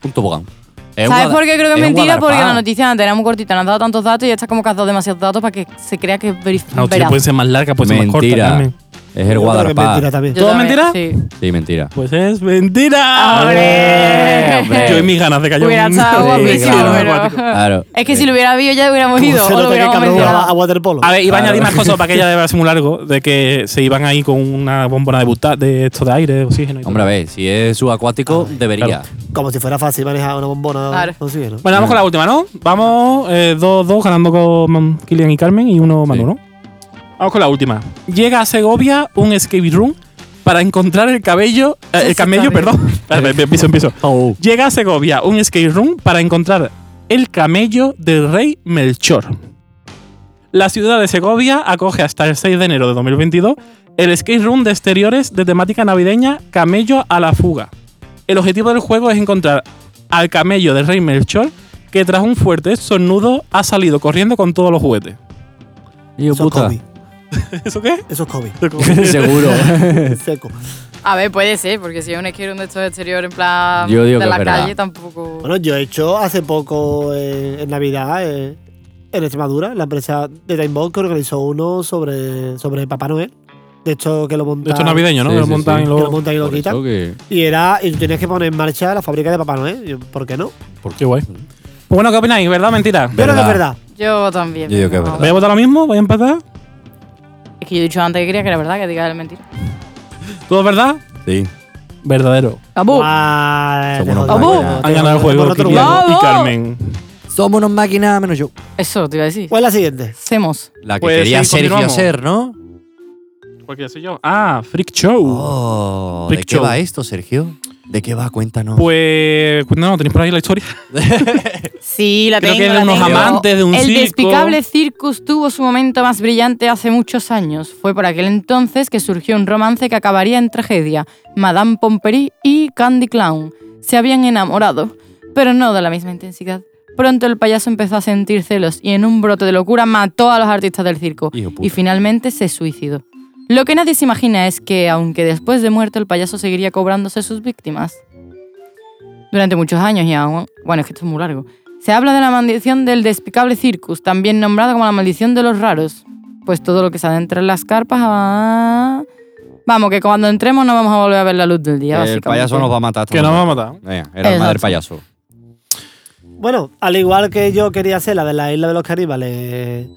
[SPEAKER 3] Un tobogán. Es
[SPEAKER 4] ¿Sabes
[SPEAKER 3] un
[SPEAKER 4] por qué creo que es mentira?
[SPEAKER 3] guadalpá.
[SPEAKER 4] Porque la noticia antes era muy cortita, no han dado tantos datos y ya está como que has dado demasiados datos para que se crea que es verif-
[SPEAKER 2] La noticia
[SPEAKER 4] veraz.
[SPEAKER 2] puede ser más larga, puede ser más Pues corta.
[SPEAKER 3] Mentira.
[SPEAKER 2] Carmen.
[SPEAKER 3] Es el
[SPEAKER 1] Yo creo que es
[SPEAKER 3] Guadalajara.
[SPEAKER 1] mentira también.
[SPEAKER 4] Yo
[SPEAKER 2] ¿Todo
[SPEAKER 4] también,
[SPEAKER 2] mentira?
[SPEAKER 4] Sí.
[SPEAKER 3] Sí, mentira.
[SPEAKER 2] Pues es mentira.
[SPEAKER 4] ¡Hombre!
[SPEAKER 3] ¡Hombre!
[SPEAKER 2] Yo y mis ganas de callar.
[SPEAKER 4] Hubiera estado guapísimo,
[SPEAKER 3] claro,
[SPEAKER 4] pero-
[SPEAKER 3] claro.
[SPEAKER 4] Es que si lo hubiera visto ya hubiéramos
[SPEAKER 1] Como
[SPEAKER 4] ido.
[SPEAKER 1] se
[SPEAKER 4] O lo
[SPEAKER 1] nota que
[SPEAKER 4] hubiéramos
[SPEAKER 1] cabrón
[SPEAKER 4] mencionado.
[SPEAKER 1] a, a waterpolo.
[SPEAKER 2] A ver, iba a
[SPEAKER 3] Claro.
[SPEAKER 2] añadir más cosas para que ella deba ser muy largo, de que se iban ahí con una bombona de buta, de esto de aire, de oxígeno y todo.
[SPEAKER 3] Hombre, a ver, si es subacuático, debería.
[SPEAKER 2] Ah, Claro.
[SPEAKER 1] Como si fuera fácil manejar una bombona.
[SPEAKER 4] Claro.
[SPEAKER 1] No sé, ¿no?
[SPEAKER 2] Bueno, vamos con la última, ¿no? Vamos 2-2 ganando con Kilian y Carmen y uno Manu,
[SPEAKER 3] Sí.
[SPEAKER 2] ¿no? Vamos con la última. Llega a Segovia un escape room para encontrar el cabello. eh, el camello, perdón. Espera, espera, empiezo, empiezo.
[SPEAKER 3] Oh.
[SPEAKER 2] Llega a Segovia un escape room para encontrar el camello del rey Melchor. La ciudad de Segovia acoge hasta el 6 de enero de 2022 el escape room de exteriores de temática navideña Camello a la fuga. El objetivo del juego es encontrar al camello del rey Melchor que tras un fuerte sornudo ha salido corriendo con todos los juguetes.
[SPEAKER 3] Hijo
[SPEAKER 1] Eso es
[SPEAKER 3] puta.
[SPEAKER 1] Kobe.
[SPEAKER 2] ¿Eso qué?
[SPEAKER 1] Eso es Kobe.
[SPEAKER 3] Seguro.
[SPEAKER 1] Seco.
[SPEAKER 4] A ver, puede ser, porque si es un esquero de estos exteriores en plan
[SPEAKER 3] Yo digo
[SPEAKER 4] de
[SPEAKER 3] que
[SPEAKER 4] la
[SPEAKER 3] es verdad.
[SPEAKER 4] calle tampoco.
[SPEAKER 1] Bueno, yo he hecho hace poco eh, en Navidad eh, en Extremadura, la empresa de Timebox que organizó uno sobre, sobre Papá Noel. De hecho, que lo montan.
[SPEAKER 2] De hecho navideño, ¿no?
[SPEAKER 3] Sí,
[SPEAKER 2] lo
[SPEAKER 3] sí,
[SPEAKER 2] montan
[SPEAKER 3] sí.
[SPEAKER 2] y
[SPEAKER 1] que lo
[SPEAKER 2] luego-
[SPEAKER 1] montan y lo
[SPEAKER 3] Por
[SPEAKER 1] quitan.
[SPEAKER 3] eso que-
[SPEAKER 1] Y era, y tú tenías que poner en marcha la fábrica de Papá Noel. Yo, ¿Por qué no?
[SPEAKER 2] Qué guay. Bueno, ¿qué opináis? ¿Verdad o mentira?
[SPEAKER 1] Pero que es verdad.
[SPEAKER 3] Verdad.
[SPEAKER 4] yo también.
[SPEAKER 3] Yo digo que es
[SPEAKER 4] no.
[SPEAKER 3] verdad.
[SPEAKER 2] ¿Voy a votar lo mismo? ¿Voy a empatar?
[SPEAKER 4] Es que yo he dicho antes que quería que era verdad, que diga el mentira.
[SPEAKER 2] ¿Todo es verdad?
[SPEAKER 3] Sí.
[SPEAKER 2] Verdadero.
[SPEAKER 4] ¡Abu!
[SPEAKER 1] Guau,
[SPEAKER 3] Son
[SPEAKER 1] te
[SPEAKER 3] unos
[SPEAKER 1] jodí,
[SPEAKER 4] ¡Abu!
[SPEAKER 1] te
[SPEAKER 2] Han
[SPEAKER 1] jodí,
[SPEAKER 2] ganado el
[SPEAKER 1] te
[SPEAKER 2] juego
[SPEAKER 1] jodí por otro
[SPEAKER 2] Kilian
[SPEAKER 1] lado.
[SPEAKER 4] lugar.
[SPEAKER 2] y
[SPEAKER 4] ¡Vamos!
[SPEAKER 2] Carmen.
[SPEAKER 3] Somos unos máquinas, menos yo.
[SPEAKER 4] Eso te iba a decir.
[SPEAKER 1] ¿Cuál es Pues la siguiente?
[SPEAKER 4] Semos.
[SPEAKER 3] La que
[SPEAKER 2] Pues
[SPEAKER 3] quería
[SPEAKER 2] sí,
[SPEAKER 3] Sergio
[SPEAKER 2] continuamos.
[SPEAKER 3] hacer, ¿no?
[SPEAKER 2] Porque soy yo. Ah, Freak Show.
[SPEAKER 3] Oh,
[SPEAKER 2] Freak
[SPEAKER 3] ¿De qué
[SPEAKER 2] show.
[SPEAKER 3] va esto, Sergio? ¿De qué va? Cuéntanos.
[SPEAKER 2] Pues. No, no, tenéis por ahí la historia.
[SPEAKER 4] Sí, la
[SPEAKER 2] Creo
[SPEAKER 4] tengo,
[SPEAKER 2] que es de
[SPEAKER 4] la
[SPEAKER 2] unos
[SPEAKER 4] tengo.
[SPEAKER 2] amantes de un
[SPEAKER 4] el
[SPEAKER 2] circo.
[SPEAKER 4] despicable Circus tuvo su momento más brillante hace muchos años. Fue por aquel entonces que surgió un romance que acabaría en tragedia. Madame Pompery y Candy Clown se habían enamorado, pero no de la misma intensidad. Pronto el payaso empezó a sentir celos y en un brote de locura mató a los artistas del circo
[SPEAKER 3] Hijo puta.
[SPEAKER 4] y finalmente se suicidó. Lo que nadie se imagina es que, aunque después de muerto el payaso seguiría cobrándose sus víctimas. Durante muchos años y aún... Bueno, es que esto es muy largo. Se habla de la maldición del despicable circus, también nombrado como la maldición de los raros. Pues todo lo que se adentra en las carpas... va- Vamos, que cuando entremos no vamos a volver a ver la luz del día,
[SPEAKER 3] el
[SPEAKER 4] básicamente.
[SPEAKER 3] payaso nos va a matar. esta
[SPEAKER 2] Que nos va a
[SPEAKER 3] mañana.
[SPEAKER 2] matar.
[SPEAKER 3] Venga, era el madre
[SPEAKER 4] Exacto.
[SPEAKER 3] payaso.
[SPEAKER 1] Bueno, al igual que yo quería hacer la de la isla de los caníbales.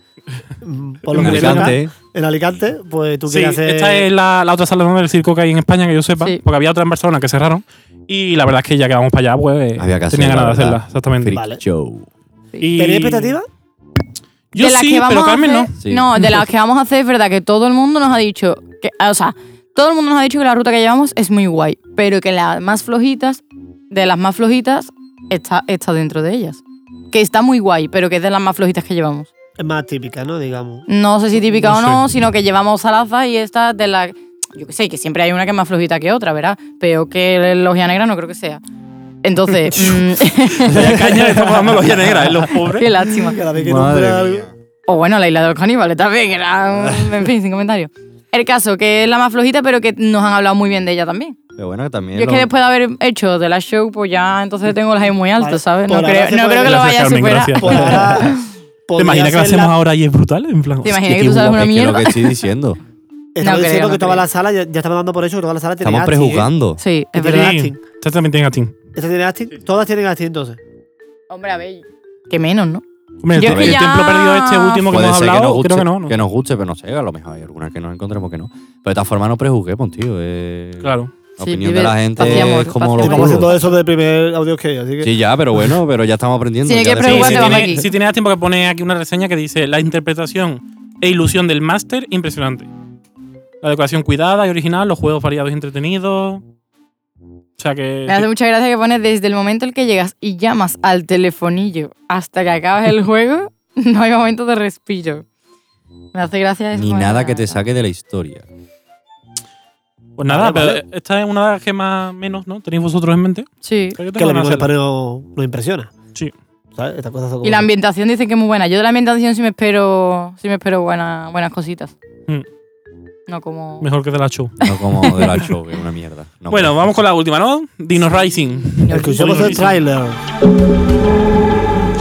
[SPEAKER 1] mm, Por
[SPEAKER 2] En
[SPEAKER 1] lo que toca,
[SPEAKER 3] Alicante.
[SPEAKER 1] En Alicante, pues tú
[SPEAKER 2] Sí,
[SPEAKER 1] quieres hacer.
[SPEAKER 2] esta es la, la otra sala ¿no? del circo que hay en España, que yo sepa.
[SPEAKER 4] Sí.
[SPEAKER 2] Porque había otra en Barcelona que cerraron. Y la verdad es que ya que vamos para allá, pues. eh,
[SPEAKER 3] Había que
[SPEAKER 2] tenía
[SPEAKER 3] hacerla,
[SPEAKER 2] ganas de
[SPEAKER 3] ¿verdad?
[SPEAKER 2] hacerla, exactamente.
[SPEAKER 3] Freak
[SPEAKER 1] Vale.
[SPEAKER 3] show.
[SPEAKER 2] Y-
[SPEAKER 1] ¿Tenéis expectativas?
[SPEAKER 2] Yo
[SPEAKER 4] de la
[SPEAKER 2] sí,
[SPEAKER 4] que vamos
[SPEAKER 2] pero
[SPEAKER 4] a
[SPEAKER 2] Carmen no.
[SPEAKER 4] hacer-
[SPEAKER 3] Sí.
[SPEAKER 4] No, de las que vamos a hacer es verdad que todo el mundo nos ha dicho que, ah, o sea, todo el mundo nos ha dicho que la ruta que llevamos es muy guay, pero que las más flojitas, de las más flojitas, está, está dentro de ellas. Que está muy guay, pero que es de las más flojitas que llevamos.
[SPEAKER 1] Es más típica, ¿no? Digamos.
[SPEAKER 4] No sé si típica
[SPEAKER 2] No
[SPEAKER 4] o no, sino que llevamos salazas y esta de la. Yo qué sé, que siempre hay una que es más flojita que otra, ¿verdad? Pero que Logia Negra no creo que sea. Entonces. mm,
[SPEAKER 2] Vaya caña le estamos dando a los ya negra, ¿eh? los pobres.
[SPEAKER 4] qué lástima.
[SPEAKER 1] Que la vez que
[SPEAKER 3] Madre
[SPEAKER 1] nombra
[SPEAKER 3] mía.
[SPEAKER 1] algo-
[SPEAKER 4] O bueno, la isla de los caníbales también, que era. un- En fin, sin comentario. El caso, que es la más flojita, pero que nos han hablado muy bien de ella también.
[SPEAKER 3] Pero bueno, que también.
[SPEAKER 4] Yo es que
[SPEAKER 3] lo-
[SPEAKER 4] después de haber hecho The Last Show, pues ya entonces tengo las ahí muy
[SPEAKER 1] Vale,
[SPEAKER 4] altas, ¿sabes? No
[SPEAKER 1] por ahora
[SPEAKER 4] creo,
[SPEAKER 1] se
[SPEAKER 4] no
[SPEAKER 1] puede-
[SPEAKER 4] creo que lo
[SPEAKER 2] Gracias,
[SPEAKER 4] vaya a
[SPEAKER 2] Carmen,
[SPEAKER 4] superar.
[SPEAKER 2] gracias.
[SPEAKER 1] Por ahora.
[SPEAKER 2] ¿Te imaginas que lo hacemos ahora y es brutal? En plan.
[SPEAKER 4] ¿Te
[SPEAKER 3] Es
[SPEAKER 4] imaginas
[SPEAKER 3] que
[SPEAKER 4] que tú sabes
[SPEAKER 3] es
[SPEAKER 4] una
[SPEAKER 3] que lo
[SPEAKER 4] mierda?
[SPEAKER 3] que estoy diciendo.
[SPEAKER 1] Estamos
[SPEAKER 4] creo,
[SPEAKER 1] diciendo
[SPEAKER 4] no
[SPEAKER 1] que toda
[SPEAKER 4] creo.
[SPEAKER 1] la sala, ya, ya estamos dando por hecho que toda la sala tiene
[SPEAKER 3] Estamos
[SPEAKER 1] acting, ¿eh?
[SPEAKER 3] prejuzgando.
[SPEAKER 4] Sí, es
[SPEAKER 1] Tiene
[SPEAKER 4] verdad.
[SPEAKER 1] acting.
[SPEAKER 2] Esta también tiene a Tim.
[SPEAKER 1] ¿Esta tiene acting? Todas tienen acting entonces.
[SPEAKER 4] Hombre, a ver. Que menos, ¿no?
[SPEAKER 2] Hombre, el,
[SPEAKER 4] Yo
[SPEAKER 3] es que
[SPEAKER 2] el
[SPEAKER 4] ya-
[SPEAKER 2] templo perdido este último que
[SPEAKER 3] Puede
[SPEAKER 2] hemos
[SPEAKER 3] ser que
[SPEAKER 2] hablado,
[SPEAKER 3] nos, guste,
[SPEAKER 2] creo que no. ¿no?
[SPEAKER 3] que nos guste, pero no sé, a lo mejor hay alguna que nos encontremos que no. Pero de todas formas no prejuzguemos, tío. eh,
[SPEAKER 2] Claro.
[SPEAKER 3] La
[SPEAKER 4] Sí,
[SPEAKER 3] opinión
[SPEAKER 4] vive-
[SPEAKER 3] de la gente
[SPEAKER 4] paz y amor,
[SPEAKER 3] es
[SPEAKER 4] paz y
[SPEAKER 3] como los
[SPEAKER 4] amor.
[SPEAKER 1] Estamos
[SPEAKER 3] culos.
[SPEAKER 1] haciendo eso del primer audio que hay, así que.
[SPEAKER 3] Sí, ya, pero bueno, pero ya estamos aprendiendo.
[SPEAKER 4] Sí, hay que
[SPEAKER 3] ya de-
[SPEAKER 2] Sí,
[SPEAKER 4] Pero igual
[SPEAKER 2] si,
[SPEAKER 4] te vamos
[SPEAKER 2] tiene-
[SPEAKER 4] aquí.
[SPEAKER 2] si tienes tiempo que pone aquí una reseña que dice la interpretación e ilusión del máster impresionante. La decoración cuidada y original, los juegos variados y entretenidos. O sea que
[SPEAKER 4] Me hace mucha gracia que pones desde el momento en que llegas y llamas al telefonillo hasta que acabas el juego, no hay momento de respiro. Me hace gracia eso. ¿eh?
[SPEAKER 3] Ni nada que te saque de la historia.
[SPEAKER 2] pues nada,
[SPEAKER 1] Vale, vale.
[SPEAKER 2] pero esta es una de las que más menos, ¿no? Tenéis vosotros en mente.
[SPEAKER 4] Sí.
[SPEAKER 2] Creo
[SPEAKER 1] Que
[SPEAKER 2] tengo
[SPEAKER 1] lo mismo
[SPEAKER 2] ganas de
[SPEAKER 1] que
[SPEAKER 2] hacerla.
[SPEAKER 1] no, no impresiona.
[SPEAKER 2] Sí.
[SPEAKER 1] ¿Sabes? Estas cosas son como.
[SPEAKER 4] Y la ambientación dicen que es muy buena. Yo de la ambientación sí me espero, sí me espero buena- buenas cositas.
[SPEAKER 2] Mm.
[SPEAKER 4] No como.
[SPEAKER 2] Mejor que de la show.
[SPEAKER 3] No como de la show, que es una mierda. No,
[SPEAKER 2] bueno,
[SPEAKER 3] pero-
[SPEAKER 2] vamos con la última, ¿no? Dino Rising.
[SPEAKER 1] Escuchemos el trailer.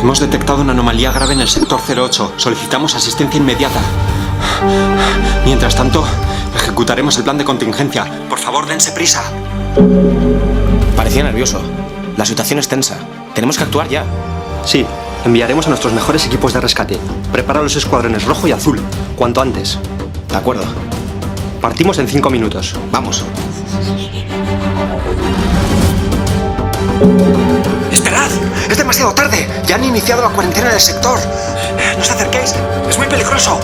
[SPEAKER 7] Hemos detectado una anomalía grave en el sector 08. Solicitamos asistencia inmediata. Mientras tanto, ejecu- ejecutaremos el plan de contingencia. Por favor, dense prisa.
[SPEAKER 5] Parecía nervioso. La situación es tensa. Tenemos que actuar ya.
[SPEAKER 7] Sí, enviaremos a nuestros mejores equipos de rescate. Prepara los escuadrones rojo y azul, cuanto antes.
[SPEAKER 5] De acuerdo.
[SPEAKER 7] Partimos en cinco minutos.
[SPEAKER 5] Vamos.
[SPEAKER 7] ¡Esperad! ¡Es demasiado tarde! ¡Ya han iniciado la cuarentena del sector! ¡No os acerquéis! ¡Es muy peligroso!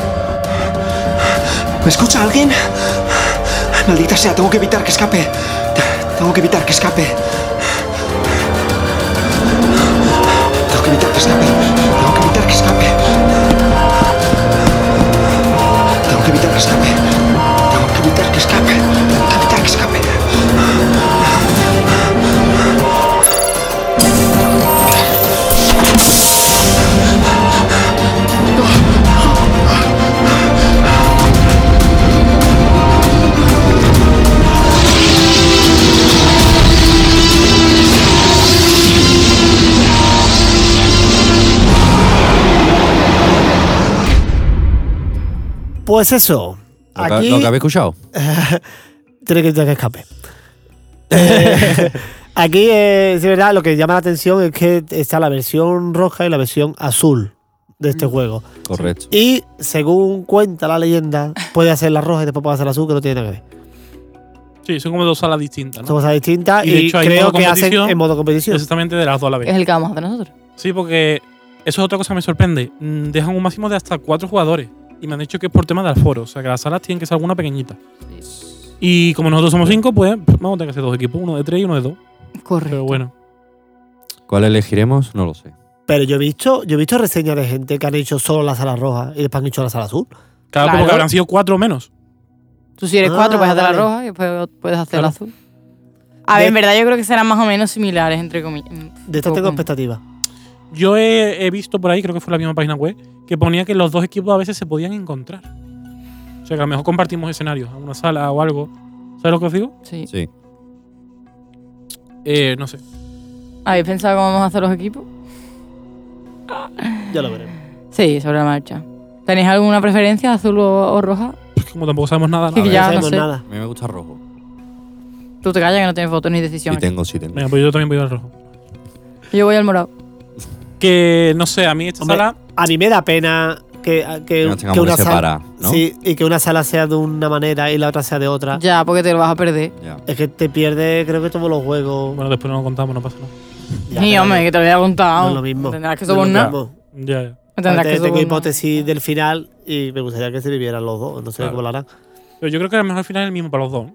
[SPEAKER 7] ¿Me escucha alguien? Maldita sea, tengo que evitar que escape. Tengo que evitar que escape. Tengo que evitar que escape. Tengo que evitar que escape. Tengo que evitar que escape. Tengo que evitar que escape. Tengo que evitar que escape.
[SPEAKER 1] Pues eso.
[SPEAKER 3] Lo que-
[SPEAKER 1] Aquí
[SPEAKER 3] Lo que habéis escuchado.
[SPEAKER 1] tiene que evitar que escape. Eh, aquí, eh, es verdad, lo que llama la atención es que está la versión roja y la versión azul de este
[SPEAKER 4] Mm.
[SPEAKER 1] juego.
[SPEAKER 3] Correcto.
[SPEAKER 1] Y según cuenta la leyenda, puede hacer la roja y después puede hacer la azul, que no tiene nada que ver.
[SPEAKER 2] Sí, son como dos salas distintas,
[SPEAKER 1] Son
[SPEAKER 2] ¿no?
[SPEAKER 1] cosas distintas y,
[SPEAKER 2] Y de hecho hay
[SPEAKER 1] creo
[SPEAKER 2] modo
[SPEAKER 1] que hacen
[SPEAKER 2] competición.
[SPEAKER 1] en modo competición.
[SPEAKER 2] Exactamente de las dos a la
[SPEAKER 4] Es
[SPEAKER 2] vez.
[SPEAKER 4] el que vamos a hacer nosotros.
[SPEAKER 2] Sí, porque eso es otra cosa que me sorprende. Mm, Dejan un máximo de hasta cuatro jugadores. Y me han dicho que es por tema de aforo. O sea, que las salas tienen que ser alguna pequeñita. Y como nosotros somos cinco, pues vamos a tener que hacer dos equipos. Uno de tres y uno de dos. Pero
[SPEAKER 4] Correcto.
[SPEAKER 2] bueno.
[SPEAKER 3] ¿Cuál elegiremos? No lo sé.
[SPEAKER 1] Pero yo he visto, yo he visto reseñas de gente que han hecho solo la sala roja y después han hecho la sala azul.
[SPEAKER 2] Claro,
[SPEAKER 4] Claro.
[SPEAKER 2] como que habrán sido cuatro o menos.
[SPEAKER 4] Tú si eres
[SPEAKER 1] Ah,
[SPEAKER 4] cuatro puedes hacer
[SPEAKER 1] vale.
[SPEAKER 4] la roja y después puedes hacer
[SPEAKER 2] Claro.
[SPEAKER 4] la azul. A ver,
[SPEAKER 1] De-
[SPEAKER 4] en verdad yo creo que serán más o menos similares, entre comillas. Mm,
[SPEAKER 1] De estas
[SPEAKER 4] poco.
[SPEAKER 1] tengo expectativas.
[SPEAKER 2] Yo he, he visto por ahí, creo que fue la misma página web, que ponía que los dos equipos a veces se podían encontrar. O sea, que a lo mejor compartimos escenarios, una sala o algo. ¿Sabes lo que os digo?
[SPEAKER 4] Sí.
[SPEAKER 3] Sí.
[SPEAKER 2] Eh, no sé.
[SPEAKER 4] ¿Habéis pensado cómo vamos a hacer los equipos?
[SPEAKER 1] Ya lo veremos.
[SPEAKER 4] Sí, sobre la marcha. ¿Tenéis alguna preferencia, azul o, o roja?
[SPEAKER 2] Es que como tampoco sabemos nada.
[SPEAKER 4] Sí, que
[SPEAKER 2] nada.
[SPEAKER 4] ya
[SPEAKER 1] no
[SPEAKER 4] no
[SPEAKER 1] sabemos
[SPEAKER 4] sé.
[SPEAKER 3] A
[SPEAKER 1] nada.
[SPEAKER 3] mí me gusta rojo.
[SPEAKER 4] Tú te callas que no tienes voto ni decisión.
[SPEAKER 3] Sí
[SPEAKER 4] aquí.
[SPEAKER 3] tengo, sí tengo.
[SPEAKER 2] Venga, pues yo también voy al rojo.
[SPEAKER 4] Yo voy al morado.
[SPEAKER 2] Que no sé, a mí esta
[SPEAKER 1] Hombre,
[SPEAKER 2] sala.
[SPEAKER 1] a mí me da pena que, que,
[SPEAKER 3] Que nos tengamos
[SPEAKER 1] que una
[SPEAKER 3] que
[SPEAKER 1] sala.
[SPEAKER 3] separar, ¿no?
[SPEAKER 1] Sí, y que una sala sea de una manera y la otra sea de otra.
[SPEAKER 4] Ya, porque te lo vas a perder.
[SPEAKER 3] Ya.
[SPEAKER 1] Es que te pierdes, creo que todos los juegos.
[SPEAKER 2] Bueno, después no lo contamos, no pasa nada.
[SPEAKER 1] Ya,
[SPEAKER 4] Ni,
[SPEAKER 1] pero
[SPEAKER 4] hombre, que te lo había contado.
[SPEAKER 1] No es lo mismo.
[SPEAKER 4] Tendrás que
[SPEAKER 1] no es lo
[SPEAKER 4] sobornar.
[SPEAKER 1] mismo.
[SPEAKER 2] Ya, ya.
[SPEAKER 4] Me Tendrás que
[SPEAKER 1] Aparte, tengo
[SPEAKER 4] sobornar.
[SPEAKER 1] hipótesis del final y me gustaría que se vivieran los dos. No sé
[SPEAKER 3] Claro.
[SPEAKER 1] cómo lo harán.
[SPEAKER 2] Pero yo creo que a lo mejor al final es el mismo para los dos. ¿no?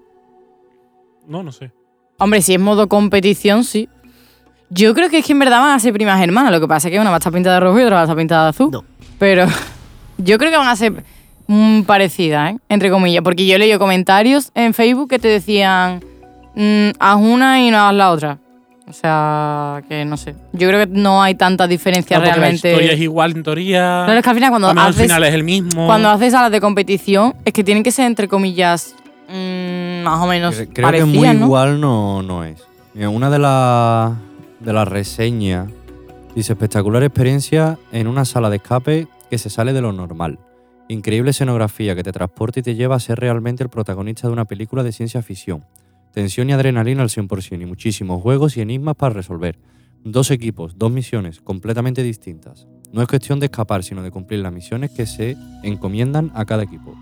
[SPEAKER 2] No, no sé.
[SPEAKER 4] Hombre, si es modo competición, sí. Yo creo que es que en verdad van a ser primas hermanas. Lo que pasa es que una va a estar pintada de rojo y otra va a estar pintada de azul.
[SPEAKER 1] No.
[SPEAKER 4] Pero yo creo que van a ser mm, parecidas, ¿eh? entre comillas. Porque yo he leído comentarios en Facebook que te decían, mm, haz una y no haz la otra. O sea, que no sé. Yo creo que no hay tanta diferencia
[SPEAKER 2] Claro, porque La historia es
[SPEAKER 4] realmente.
[SPEAKER 2] igual en teoría.
[SPEAKER 4] Claro, es que al final cuando
[SPEAKER 2] Además, al
[SPEAKER 4] haces-
[SPEAKER 2] final es el mismo.
[SPEAKER 4] Cuando haces salas de competición, es que tienen que ser, entre comillas, mm, más o menos
[SPEAKER 3] Cre- Creo
[SPEAKER 4] parecidas,
[SPEAKER 3] que muy
[SPEAKER 4] ¿no?
[SPEAKER 3] igual no, no es. Mira, una de las de las reseñas dice espectacular experiencia en una sala de escape que se sale de lo normal. Increíble escenografía que te transporta y te lleva a ser realmente el protagonista de una película de ciencia ficción. Tensión y adrenalina al 100% y muchísimos juegos y enigmas para resolver. Dos equipos, dos misiones completamente distintas. No es cuestión de escapar, sino de cumplir las misiones que se encomiendan a cada equipo.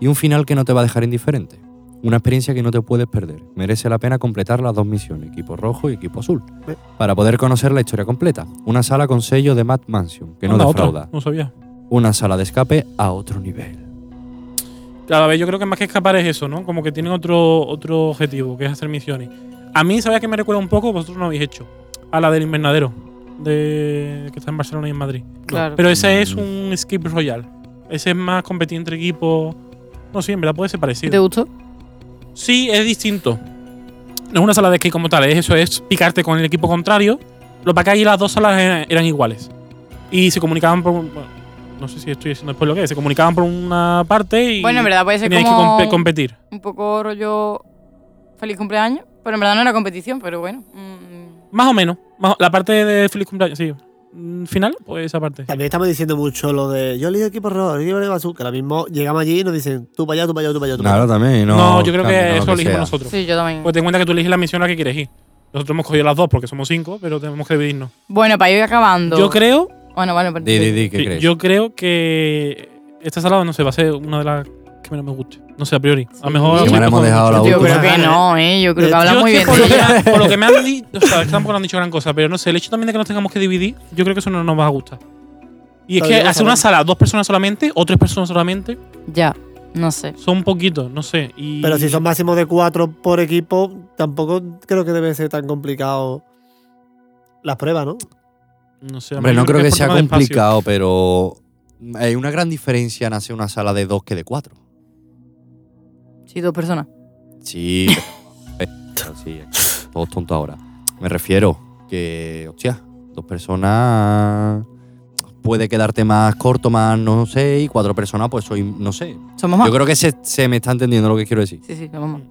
[SPEAKER 3] Y un final que no te va a dejar indiferente. Una experiencia que no te puedes perder. Merece la pena completar las dos misiones, equipo rojo y equipo azul,
[SPEAKER 1] Ve.
[SPEAKER 3] para poder conocer la historia completa. Una sala con sello de Matt Mansion, que no
[SPEAKER 2] Anda, otra.
[SPEAKER 3] defrauda.
[SPEAKER 2] No sabía.
[SPEAKER 3] Una sala de escape a otro nivel.
[SPEAKER 2] Claro, a ver, yo creo que más que escapar es eso, ¿no? Como que tienen otro, otro objetivo, que es hacer misiones. A mí, ¿sabéis que me recuerda un poco? Vosotros no habéis hecho. A la del invernadero, de, que está en Barcelona y en Madrid.
[SPEAKER 4] Claro.
[SPEAKER 2] Pero ese es
[SPEAKER 3] Mm.
[SPEAKER 2] un skip royal. Ese es más competir entre equipos. No, sí, en verdad puede ser
[SPEAKER 4] ¿Te
[SPEAKER 2] parecido.
[SPEAKER 4] gustó?
[SPEAKER 2] Sí, es distinto. No es una sala de skip como tal, es eso, es picarte con el equipo contrario. Lo para que ahí las dos salas eran, eran iguales. Y se comunicaban por. un- bueno, no sé si estoy diciendo después lo que es. Se comunicaban por una parte y.
[SPEAKER 4] Bueno, en verdad puede ser
[SPEAKER 2] teníais
[SPEAKER 4] como-
[SPEAKER 2] que compe- competir.
[SPEAKER 4] un poco rollo feliz cumpleaños, pero en verdad no era competición, pero bueno. mm,
[SPEAKER 2] Más o menos. Más o- la parte de feliz cumpleaños, sí. mm, final, pues esa parte.
[SPEAKER 1] También estamos diciendo mucho lo de yo elijo equipo rojo, yo elijo equipo azul, que ahora mismo llegamos allí y nos dicen tú para allá, tú para allá, tú para allá, tú para
[SPEAKER 3] Claro,
[SPEAKER 1] allá.
[SPEAKER 3] también. No,
[SPEAKER 2] No, yo creo
[SPEAKER 3] cambia, no,
[SPEAKER 2] que eso lo elegimos
[SPEAKER 3] sea.
[SPEAKER 2] nosotros.
[SPEAKER 4] Sí, yo también.
[SPEAKER 2] Pues ten en cuenta que tú eliges la misión a la que quieres ir. Nosotros hemos cogido las dos porque somos cinco, pero tenemos que dividirnos.
[SPEAKER 4] Bueno, para ir acabando.
[SPEAKER 2] Yo creo,
[SPEAKER 4] Bueno, bueno, pero-
[SPEAKER 3] Di, di, di, ¿qué
[SPEAKER 2] sí,
[SPEAKER 3] crees?
[SPEAKER 2] yo creo que esta salada, no sé, va a ser una de las que menos me guste. No sé, a priori. A lo mejor.
[SPEAKER 3] Que
[SPEAKER 2] sí,
[SPEAKER 3] ahora hemos
[SPEAKER 2] pues,
[SPEAKER 3] dejado la
[SPEAKER 4] Yo creo
[SPEAKER 3] última.
[SPEAKER 4] que no, ¿eh? Yo creo que
[SPEAKER 1] Yo
[SPEAKER 4] habla
[SPEAKER 2] Yo
[SPEAKER 4] muy
[SPEAKER 2] es
[SPEAKER 4] bien
[SPEAKER 2] que
[SPEAKER 4] de
[SPEAKER 2] por,
[SPEAKER 4] ella.
[SPEAKER 2] lo que, por lo que me han dicho, o sea, es que tampoco nos han dicho gran cosa, pero no sé, el hecho también de que nos tengamos que dividir, yo creo que eso no nos va a gustar. Y es
[SPEAKER 1] Pero
[SPEAKER 2] que
[SPEAKER 1] digamos,
[SPEAKER 2] hacer una
[SPEAKER 1] ¿no?
[SPEAKER 2] sala, dos personas solamente o tres personas solamente,
[SPEAKER 4] Ya, no sé.
[SPEAKER 2] son poquitos, no sé. Y
[SPEAKER 1] Pero si son máximos de cuatro por equipo, tampoco creo que debe ser tan complicado las pruebas, ¿no?
[SPEAKER 2] No sé, a
[SPEAKER 3] Hombre,
[SPEAKER 2] mí
[SPEAKER 3] no
[SPEAKER 2] yo
[SPEAKER 3] creo que
[SPEAKER 2] es por
[SPEAKER 3] sea
[SPEAKER 2] tema de espacio.
[SPEAKER 3] complicado, pero hay una gran diferencia en hacer una sala de dos que de cuatro.
[SPEAKER 4] Sí, dos personas.
[SPEAKER 3] Sí. pero- sí, eh, todos tontos ahora. Me refiero que, hostia, dos personas puede quedarte más corto, más no sé, y cuatro personas pues soy, no sé.
[SPEAKER 4] Somos más.
[SPEAKER 3] Yo creo que se, se me está entendiendo lo que quiero decir.
[SPEAKER 4] Sí, sí, somos más.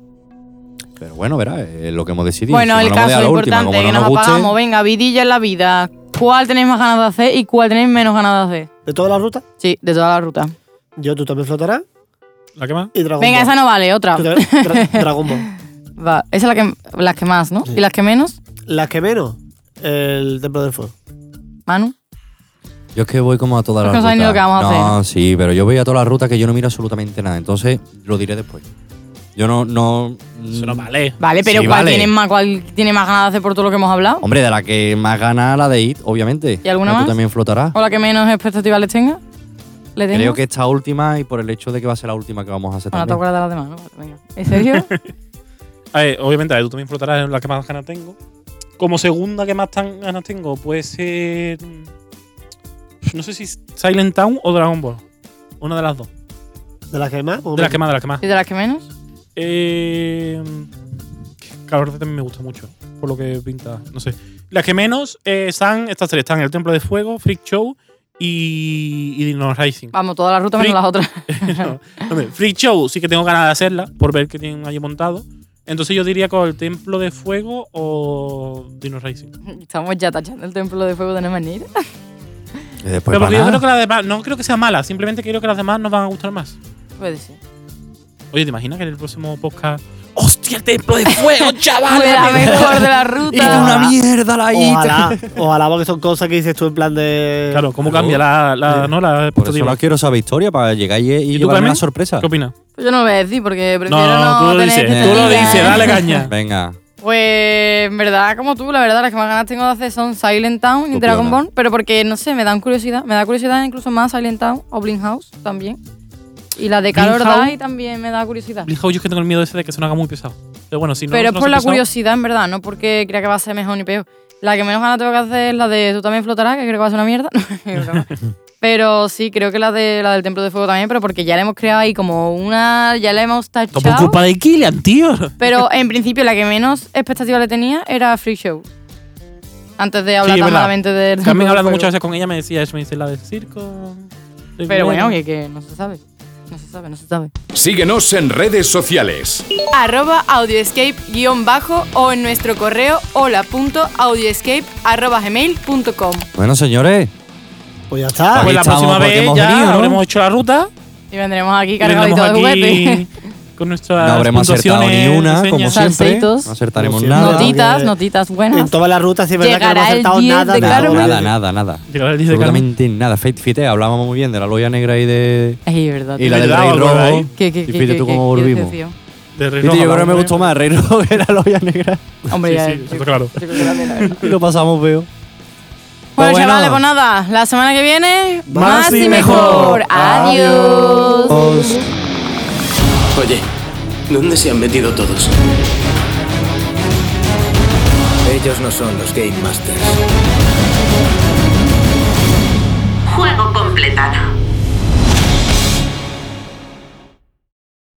[SPEAKER 3] Pero bueno, verás, es lo que hemos decidido.
[SPEAKER 4] Bueno,
[SPEAKER 3] Si
[SPEAKER 4] el
[SPEAKER 3] no nos hemos
[SPEAKER 4] caso
[SPEAKER 3] dado la última,
[SPEAKER 4] importante,
[SPEAKER 3] como
[SPEAKER 4] que
[SPEAKER 3] no
[SPEAKER 4] nos
[SPEAKER 3] guste-
[SPEAKER 4] apagamos. Venga, vidilla en la vida. ¿Cuál tenéis más ganas de hacer y cuál tenéis menos ganas de hacer?
[SPEAKER 1] De todas las rutas,
[SPEAKER 4] Sí, de toda la ruta.
[SPEAKER 1] yo tú también flotarás
[SPEAKER 2] ¿La que más?
[SPEAKER 1] y Dragon
[SPEAKER 4] Venga,
[SPEAKER 1] Ball.
[SPEAKER 4] esa no vale, otra.
[SPEAKER 1] Tú también- Dra- Dragon Ball.
[SPEAKER 4] Va, esa es la que, las que más, ¿no? ¿Y las que menos?
[SPEAKER 1] Las que menos, el Templo del Fuego.
[SPEAKER 4] Manu.
[SPEAKER 3] Yo es que voy como a todas
[SPEAKER 4] Es
[SPEAKER 3] las
[SPEAKER 4] que no
[SPEAKER 3] rutas.
[SPEAKER 4] sabes ni lo que vamos a
[SPEAKER 3] no, sí, pero yo voy a todas las rutas que yo no miro absolutamente nada. Entonces, lo diré después. Yo no. no
[SPEAKER 2] Eso no vale.
[SPEAKER 4] Vale, pero
[SPEAKER 3] Sí,
[SPEAKER 4] ¿cuál,
[SPEAKER 3] vale.
[SPEAKER 4] Tiene más, ¿cuál tiene más ganas de hacer por todo lo que hemos hablado?
[SPEAKER 3] Hombre, de la que más gana la de IT, obviamente.
[SPEAKER 4] ¿Y alguna
[SPEAKER 3] La
[SPEAKER 4] más?
[SPEAKER 3] Tú también flotarás.
[SPEAKER 4] ¿O la que menos expectativas les tenga? ¿Le tengo?
[SPEAKER 3] Creo que esta última, y por el hecho de que va a ser la última que vamos a hacer
[SPEAKER 4] Bueno, te
[SPEAKER 3] también.
[SPEAKER 4] acuerdas de las demás, ¿no? Vale, venga. ¿En serio?
[SPEAKER 2] A ver, obviamente, a ver, tú también flotarás en la que más ganas tengo. Como segunda que más tan ganas tengo, puede ser. mm, No sé si Silent Town o Dragon Ball. Una de las dos.
[SPEAKER 1] De las que más,
[SPEAKER 2] De las que más, de las que más.
[SPEAKER 4] ¿Y de las que menos?
[SPEAKER 2] Eh, Calor también me gusta mucho, por lo que pinta. No sé. Las que menos eh, están estas tres: están El Templo de Fuego, Freak Show y, y Dino Rising.
[SPEAKER 4] Vamos, todas las rutas menos
[SPEAKER 2] Free.
[SPEAKER 4] las otras.
[SPEAKER 2] No, hombre, Freak Show sí que tengo ganas de hacerla, por ver que tienen allí montado. Entonces yo diría con El Templo de Fuego o Dino Rising.
[SPEAKER 3] Pues
[SPEAKER 4] Estamos ya tachando el templo de fuego de manera.
[SPEAKER 3] Y después
[SPEAKER 2] Pero porque yo
[SPEAKER 3] ganar.
[SPEAKER 2] creo que las demás, no creo que sea mala, simplemente creo que las demás nos van a gustar más.
[SPEAKER 4] Puede ser.
[SPEAKER 2] Oye, ¿te imaginas que en el próximo podcast. ¡Hostia, el templo de fuego, chaval!
[SPEAKER 4] Fue la mejor de la
[SPEAKER 3] ¡Es
[SPEAKER 4] ruta.
[SPEAKER 3] una mierda la IT!
[SPEAKER 1] Ojalá, ojalá, porque son cosas que dices tú en plan de.
[SPEAKER 2] Claro, ¿cómo cambia la, la, ¿no? la
[SPEAKER 3] eh, Por eso
[SPEAKER 2] expectativa?
[SPEAKER 3] la quiero saber historia, para llegar y, y
[SPEAKER 2] tú,
[SPEAKER 3] llevarme
[SPEAKER 2] Carmen?
[SPEAKER 3] una sorpresa.
[SPEAKER 2] ¿Qué opinas?
[SPEAKER 4] Pues yo no lo voy a decir porque
[SPEAKER 2] No,
[SPEAKER 4] prefiero
[SPEAKER 2] no,
[SPEAKER 4] no,
[SPEAKER 2] tú lo
[SPEAKER 4] tener
[SPEAKER 2] dices, tú lo
[SPEAKER 4] expectativas,
[SPEAKER 2] dices,
[SPEAKER 4] ¿eh?
[SPEAKER 2] dale caña.
[SPEAKER 3] Venga.
[SPEAKER 4] Pues, en verdad, como tú, la verdad, las que más ganas tengo de hacer son Silent Town y
[SPEAKER 3] Copiona.
[SPEAKER 4] Dragon Ball, pero porque, no sé, me dan curiosidad. Me da curiosidad incluso más Silent Town o Blink House también. Y la de
[SPEAKER 2] Blink
[SPEAKER 4] Calor
[SPEAKER 2] House.
[SPEAKER 4] Die también me da curiosidad.
[SPEAKER 2] Blizzard, yo es que tengo el miedo ese de que se nos haga muy pesado. Pero bueno, si no.
[SPEAKER 4] pero
[SPEAKER 2] se
[SPEAKER 4] es
[SPEAKER 2] nos
[SPEAKER 4] por
[SPEAKER 2] hace
[SPEAKER 4] la
[SPEAKER 2] pesado-
[SPEAKER 4] curiosidad, en verdad, no porque crea que va a ser mejor ni peor. La que menos ganas tengo que hacer es la de Tú también flotarás, que creo que va a ser una mierda. Es broma. pero sí, creo que la, de, la del Templo de Fuego también, pero porque ya la hemos creado ahí como una. Ya la hemos tachado.
[SPEAKER 2] Como culpa de Killian, tío.
[SPEAKER 4] Pero en principio la que menos expectativa le tenía era Free Show. Antes de hablar
[SPEAKER 2] Sí, es
[SPEAKER 4] tan
[SPEAKER 2] verdad.
[SPEAKER 4] malamente del.
[SPEAKER 2] También hablando
[SPEAKER 4] juego.
[SPEAKER 2] muchas veces con ella, me decía eso, me dice la del circo.
[SPEAKER 4] Pero bueno, que, que no se sabe. No se sabe, no se sabe.
[SPEAKER 8] Síguenos en redes sociales.
[SPEAKER 9] arroba audioescape-bajo o en nuestro correo hola.audioescape.gmail.com
[SPEAKER 3] Bueno, señores.
[SPEAKER 1] Pues ya está.
[SPEAKER 3] Aquí
[SPEAKER 2] Pues la
[SPEAKER 3] estamos
[SPEAKER 2] próxima
[SPEAKER 3] porque
[SPEAKER 2] vez
[SPEAKER 3] hemos
[SPEAKER 2] ya
[SPEAKER 3] venido, ¿no?
[SPEAKER 2] habremos hecho la ruta.
[SPEAKER 4] Y vendremos aquí
[SPEAKER 2] y vendremos
[SPEAKER 4] cargaditos de juguete.
[SPEAKER 2] aquí con nuestras.
[SPEAKER 3] No habremos acertado ni
[SPEAKER 2] puntuaciones,
[SPEAKER 3] una, como
[SPEAKER 2] reseñas.
[SPEAKER 3] siempre. No
[SPEAKER 4] Salseitos.
[SPEAKER 3] acertaremos
[SPEAKER 1] Como siempre.
[SPEAKER 3] nada.
[SPEAKER 1] Notita.
[SPEAKER 4] Notitas,
[SPEAKER 1] porque
[SPEAKER 4] notitas
[SPEAKER 1] En
[SPEAKER 4] buenas.
[SPEAKER 1] todas las rutas sí es verdad que no hemos
[SPEAKER 4] Llegará el
[SPEAKER 1] acertado
[SPEAKER 4] 10
[SPEAKER 1] nada.
[SPEAKER 4] de
[SPEAKER 1] nada,
[SPEAKER 4] Carmen.
[SPEAKER 3] nada, nada, nada.
[SPEAKER 2] Llegará el 10 de Carmen.
[SPEAKER 3] Absolutamente nada. Fate, Fite, hablábamos muy bien de la loya negra y de.
[SPEAKER 4] Ay, es verdad.
[SPEAKER 3] Y la
[SPEAKER 2] de
[SPEAKER 3] del
[SPEAKER 2] la
[SPEAKER 3] Rey
[SPEAKER 2] Alba,
[SPEAKER 3] Rojo.
[SPEAKER 2] ahí.
[SPEAKER 4] Que, que,
[SPEAKER 3] y
[SPEAKER 4] que,
[SPEAKER 3] fíjate
[SPEAKER 4] que-
[SPEAKER 3] cómo
[SPEAKER 4] que-
[SPEAKER 3] volvimos.
[SPEAKER 4] que- que-
[SPEAKER 2] De Rey
[SPEAKER 3] Fíjate,
[SPEAKER 2] Roja,
[SPEAKER 3] yo creo que me
[SPEAKER 2] hablamos,
[SPEAKER 3] gustó más Rey Rojo que la loya negra.
[SPEAKER 4] Hombre,
[SPEAKER 2] Sí,
[SPEAKER 4] ya.
[SPEAKER 2] sí,
[SPEAKER 3] este
[SPEAKER 2] eso está claro.
[SPEAKER 4] yo creo que también, la verdad.
[SPEAKER 3] Y lo pasamos, veo.
[SPEAKER 4] Bueno,
[SPEAKER 3] bueno.
[SPEAKER 4] chavales, pues nada. La semana que viene,
[SPEAKER 1] Más
[SPEAKER 4] más,
[SPEAKER 1] y
[SPEAKER 4] y
[SPEAKER 1] mejor.
[SPEAKER 4] mejor. Adiós.
[SPEAKER 10] Oye, ¿dónde se han metido todos? Ellos no son los Game Masters.